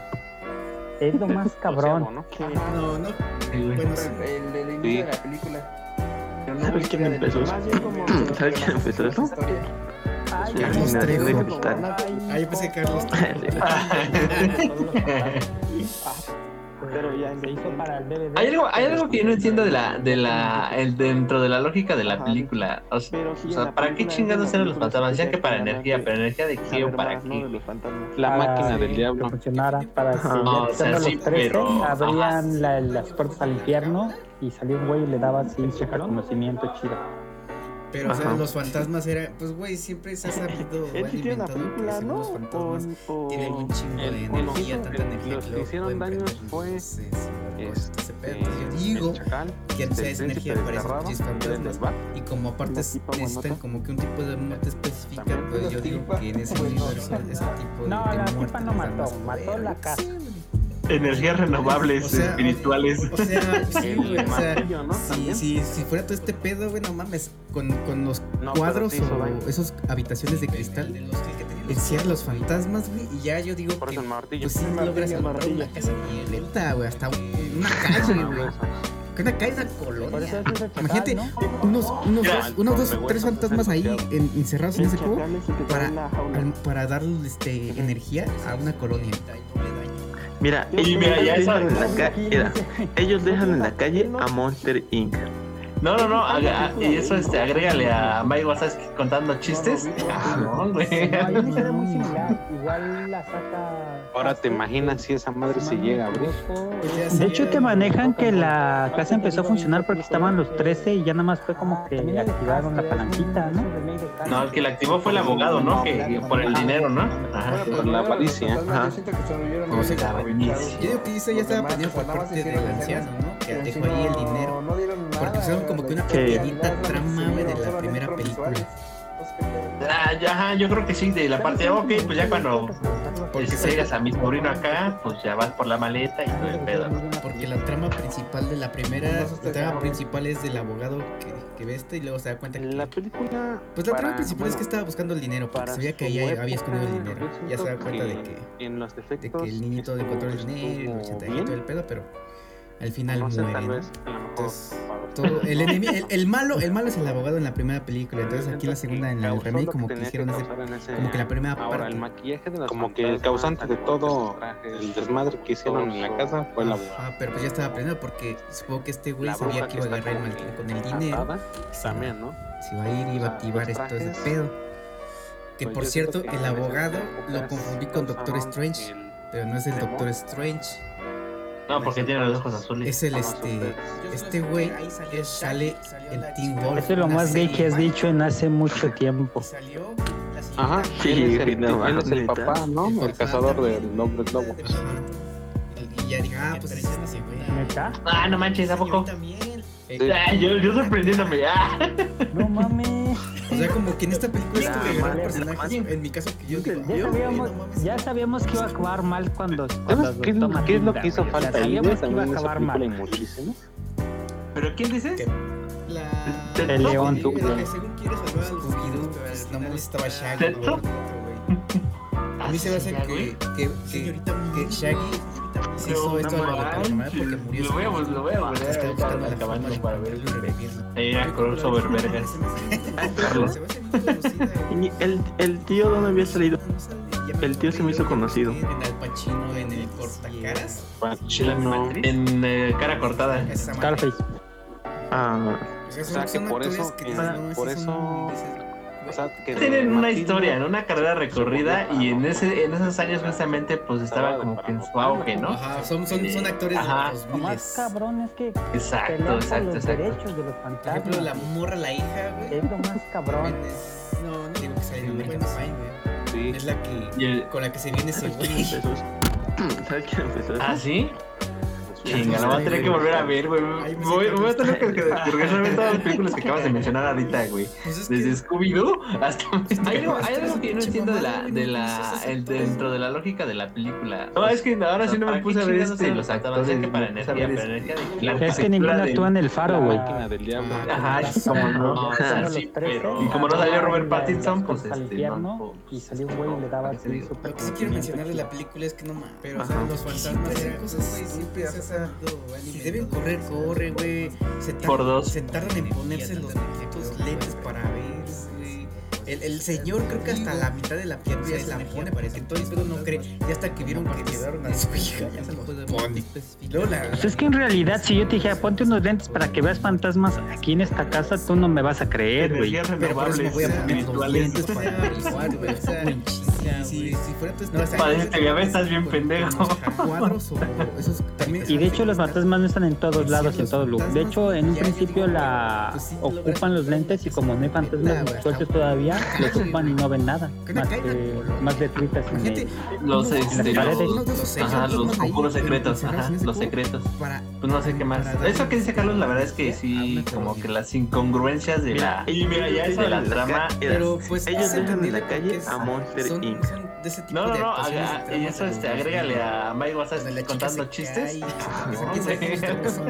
[SPEAKER 6] Es lo
[SPEAKER 8] (laughs)
[SPEAKER 6] más
[SPEAKER 3] Doceavo,
[SPEAKER 6] cabrón.
[SPEAKER 3] ¿no?
[SPEAKER 8] Ajá.
[SPEAKER 5] No, no. Bueno, sí.
[SPEAKER 8] el, el inicio
[SPEAKER 3] Sí.
[SPEAKER 8] de la película. Pero
[SPEAKER 7] ¿Sabes
[SPEAKER 8] fue
[SPEAKER 7] quién
[SPEAKER 8] historia
[SPEAKER 7] empezó
[SPEAKER 8] del-
[SPEAKER 7] eso?
[SPEAKER 8] más bien como-
[SPEAKER 7] ¿Sabes quién empezó eso?
[SPEAKER 8] Historia.
[SPEAKER 6] Ay,
[SPEAKER 5] Ya nos trajo.
[SPEAKER 6] Ay,
[SPEAKER 7] Cristal.
[SPEAKER 5] Ah, yo pensé que Carlos.
[SPEAKER 7] Pero ya
[SPEAKER 6] se hizo para el DVD.
[SPEAKER 2] Hay algo, hay algo que yo no entiendo de la, de la, el- dentro de la lógica de la película. O sea,
[SPEAKER 7] Pero sí,
[SPEAKER 2] o
[SPEAKER 7] en
[SPEAKER 2] sea,
[SPEAKER 7] la
[SPEAKER 2] ¿para qué
[SPEAKER 7] película
[SPEAKER 2] chingados
[SPEAKER 7] de la
[SPEAKER 2] eran los
[SPEAKER 7] película
[SPEAKER 2] fantasmas?
[SPEAKER 7] sí
[SPEAKER 2] Ya que para
[SPEAKER 7] tenían
[SPEAKER 2] energía,
[SPEAKER 7] que
[SPEAKER 2] pero energía de qué
[SPEAKER 7] saber
[SPEAKER 2] o para
[SPEAKER 7] más, ¿no? de
[SPEAKER 2] qué.
[SPEAKER 7] los fantasmas.
[SPEAKER 3] La
[SPEAKER 6] Para
[SPEAKER 3] máquina del
[SPEAKER 6] que
[SPEAKER 3] diablo.
[SPEAKER 6] funcionara, para que
[SPEAKER 7] Ajá.
[SPEAKER 6] ya
[SPEAKER 2] No, o sea,
[SPEAKER 6] quitando los
[SPEAKER 2] sí,
[SPEAKER 6] trece,
[SPEAKER 2] pero-
[SPEAKER 6] abrían la- las puertas al infierno y salió un güey y le daba así un reconocimiento chido.
[SPEAKER 5] Pero, Ajá. o sea, los fantasmas era. Pues, güey, siempre se ha
[SPEAKER 3] (laughs)
[SPEAKER 5] sabido o alimentado que ¿no? los fantasmas. O, o, tienen un chingo el, de energía, tanta el, energía
[SPEAKER 3] los que los hicieron daños fue. este, Es,
[SPEAKER 5] es, este yo digo chacal, que esa es energía aparece en muchos fantasmas. Y como aparte necesitan como que un tipo de muerte específica, pues yo digo que en ese universo, ese tipo de.
[SPEAKER 6] No, la tipa no mató, mató la casa
[SPEAKER 2] energías renovables o sea, espirituales.
[SPEAKER 5] O, sea, (laughs) sí, güey, o sea, si, si, si, fuera todo este pedo, güey, no mames, con, con los no, cuadros o daño. esos habitaciones de cristal, encierra los fantasmas, güey, y ya yo digo que pues sí logras comprar una casa violenta, güey, hasta una calle, güey. Que una calle de colonia. Imagínate, unos, unos, dos, unos dos, tres fantasmas ahí en, encerrados en ese cubo para, para dar este, energía a una colonia.
[SPEAKER 2] Mira, ellos, mira, ya dejan en la calle, mira, ellos dejan en la calle a Monster Inc. No, no,
[SPEAKER 7] Ah,
[SPEAKER 2] no, haga, y eso este, agrégale a Mike Wazowski contando chistes. Ah,
[SPEAKER 6] No, no, güey. No, hay una muy similar, igual la saca...
[SPEAKER 3] Ahora te imaginas si esa madre se llega a abrir.
[SPEAKER 6] De hecho te manejan que la casa empezó a funcionar porque estaban los 13 y ya nada más fue como que activaron la palanquita, ¿no?
[SPEAKER 2] (laughs) No, el que la activó fue el abogado, ¿no? Que, por
[SPEAKER 7] Ah,
[SPEAKER 2] el dinero, ¿no?
[SPEAKER 3] Ajá, por la avaricia. Ajá.
[SPEAKER 5] Como se la avaricia. Yo digo que eso ya estaba planeado por parte del anciano, ¿no? Que dejó ahí el dinero. Porque usaron como que una pequeñita trama, güey, de la primera película.
[SPEAKER 2] Ah, ya, ajá, yo creo que sí, de la parte, ok, pues ya cuando pues, llegas a mi sobrino acá, pues ya vas por la maleta y todo el pedo.
[SPEAKER 5] Porque la trama principal de la primera, la trama principal es del abogado que, que ve este y luego se da cuenta que...
[SPEAKER 3] La película...
[SPEAKER 5] Pues la trama principal es que estaba buscando el dinero, porque sabía que ahí había escondido el dinero. Ya se da cuenta de que,
[SPEAKER 3] en los
[SPEAKER 5] de que el niñito encontró el dinero, el todo el pedo, pero al final no sé, mueren. Vez, entonces,
[SPEAKER 3] (laughs)
[SPEAKER 5] todo, el, enemigo, el, el, malo, el malo es el abogado en la primera película, entonces aquí en la segunda, en la remake, como que hicieron ese, como que la primera
[SPEAKER 3] ahora, parte. El maquillaje de como que el causante de todo el desmadre que hicieron en la casa fue el abogado.
[SPEAKER 5] Ah, pero pues ya estaba planeado porque supongo que este güey sabía que iba a agarrar el con el dinero.
[SPEAKER 3] También, ¿no?
[SPEAKER 5] Si va a ir, iba a activar esto, ese pedo. Que Pues
[SPEAKER 3] Pues
[SPEAKER 5] por cierto, el abogado lo confundí con Doctor Strange, pero no es el Doctor Strange.
[SPEAKER 2] No, porque tiene los ojos azules.
[SPEAKER 5] Es el este. Este güey sale el Team Wolf.
[SPEAKER 6] Eso es lo más gay que has dicho en hace mucho (laughs) tiempo.
[SPEAKER 3] Salió. Ajá, sí, él es el papá, ¿no? El cazador del hombre lobo.
[SPEAKER 5] Y ya dije, ah, pues es así, güey.
[SPEAKER 2] Ah, no manches, ¿a poco? Ah. Yo, yo sorprendiéndome, ah.
[SPEAKER 6] No mames.
[SPEAKER 5] O sea, como que en esta película estuve agarrando personajes. En mi caso, que yo digo,
[SPEAKER 6] ya, yo, sabíamos, eh, no ya sabíamos que iba a acabar mal cuando.
[SPEAKER 3] cuando ¿Qué,
[SPEAKER 6] cuando
[SPEAKER 3] ¿Qué es lo que hizo falta?
[SPEAKER 6] Sabíamos que iba a acabar mal.
[SPEAKER 2] ¿Pero quién dices? ¿Qué?
[SPEAKER 5] La...
[SPEAKER 6] El león,
[SPEAKER 5] tú. Según quieres salvar a los Scooby-Doo, no
[SPEAKER 2] (laughs)
[SPEAKER 5] me estaba Shaggy. A mí se me hace que, que, que, que Shaggy se hizo esto no, a porque murió.
[SPEAKER 2] Lo vemos, lo vemos. Está buscando la cabaña para ver el bebé. Era crossover vergas. Carlos. (laughs) El, el tío, ¿dónde había salido? El tío se me hizo conocido.
[SPEAKER 5] En Al Pacino, en el cortacaras.
[SPEAKER 2] Pacino, en eh, cara cortada.
[SPEAKER 6] Scarface.
[SPEAKER 7] (laughs)
[SPEAKER 3] Ah. O sea, por eso, por eso
[SPEAKER 2] o sea, que tienen una Martín, historia, ¿no? una carrera recorrida y en ese en esos años precisamente pues estaba como que en su auge, ¿no?
[SPEAKER 5] Ajá, son, son, son actores
[SPEAKER 6] Ajá. de los más cabrón es que
[SPEAKER 2] exacto, exacto,
[SPEAKER 6] los
[SPEAKER 2] exacto.
[SPEAKER 6] derechos de los fantasmas.
[SPEAKER 5] Por ejemplo, la morra, la hija, güey.
[SPEAKER 6] Es lo más cabrón.
[SPEAKER 5] No, no, no tiene que salir un buen güey. Es la que el... con la que se
[SPEAKER 2] (laughs)
[SPEAKER 5] viene ese güey.
[SPEAKER 2] ¿Sabes quién empezó? ¿Ah, sí? Chinga, la voy a tener que volver a ver, güey. Voy, voy, a tener que descargarme todas las películas que acabas de mencionar ahorita, güey.
[SPEAKER 5] Pues
[SPEAKER 2] Desde Scooby-Doo hasta. Hay algo, hay algo que yo no entiendo de la, de la, el, dentro de la lógica de la película. No, es que ahora sí no me puse a ver este, los actores que para energía, pero energía de
[SPEAKER 6] Es que ninguno actúa en el faro, güey.
[SPEAKER 2] Ajá,
[SPEAKER 5] Ah,
[SPEAKER 2] como no. Y como no salió Robert Pattinson, pues este.
[SPEAKER 6] Y salió un güey y le daba así
[SPEAKER 5] su Lo que
[SPEAKER 2] pues,
[SPEAKER 5] sí quiero mencionar de la película es que no mames. Pero, o sea, los fantasmas eran cosas, güey, siempre si deben correr, corre, güey. Se, se tardan en ponerse los putos lentes para ver, güey. El, el, señor creo que hasta la mitad de la pierna se la pone, parece que todo el pedo no cree. Y hasta que vieron que quedaron a su hija, ya se los pone.
[SPEAKER 6] Pues es que en realidad, si yo te dijera, ponte unos lentes para que veas fantasmas aquí en esta casa, tú no me vas a creer, güey.
[SPEAKER 5] Pero por eso me voy a poner los lentes para averiguar, güey. O sea, ciencia, güey. Si, si fuera tu
[SPEAKER 9] No, parece que ya ves, estás bien pendejo.
[SPEAKER 5] Cuadros o esos también.
[SPEAKER 6] Y de hecho los fantasmas no están en todos lados y en todo lugar. De hecho, en un principio la ocupan los lentes y como no hay fantasmas sueltos todavía, lo ocupan y no ven nada. Más de, más de tritas en el-
[SPEAKER 2] Los,
[SPEAKER 6] en las
[SPEAKER 2] este,
[SPEAKER 6] paredes.
[SPEAKER 2] los, ajá, los conjuros secretos, ajá, los secretos. Pues no sé qué más. Eso que dice Carlos, la verdad es que
[SPEAKER 5] Ah,
[SPEAKER 2] sí, como que las incongruencias de la,
[SPEAKER 7] y mira, ya eso
[SPEAKER 2] de la
[SPEAKER 7] de la
[SPEAKER 2] trama.
[SPEAKER 7] ca-
[SPEAKER 2] eran-
[SPEAKER 5] Pero pues
[SPEAKER 7] Ellos
[SPEAKER 5] es
[SPEAKER 7] meten en
[SPEAKER 5] entendible
[SPEAKER 7] la calle
[SPEAKER 5] porque
[SPEAKER 7] a
[SPEAKER 5] es-
[SPEAKER 7] Monster
[SPEAKER 5] son-
[SPEAKER 7] Inc.
[SPEAKER 5] son de ese tipo
[SPEAKER 2] No, no,
[SPEAKER 5] de
[SPEAKER 2] no,
[SPEAKER 5] actuaciones
[SPEAKER 2] haga-
[SPEAKER 5] de
[SPEAKER 2] y
[SPEAKER 5] tramas
[SPEAKER 2] eso este,
[SPEAKER 5] en-
[SPEAKER 2] agrégale a Mike
[SPEAKER 5] donde
[SPEAKER 2] Wazas
[SPEAKER 5] la chica
[SPEAKER 2] contando
[SPEAKER 5] se
[SPEAKER 2] chistes.
[SPEAKER 5] cae, se
[SPEAKER 2] No,
[SPEAKER 5] tropieza,
[SPEAKER 2] hombre.
[SPEAKER 5] se tropezó,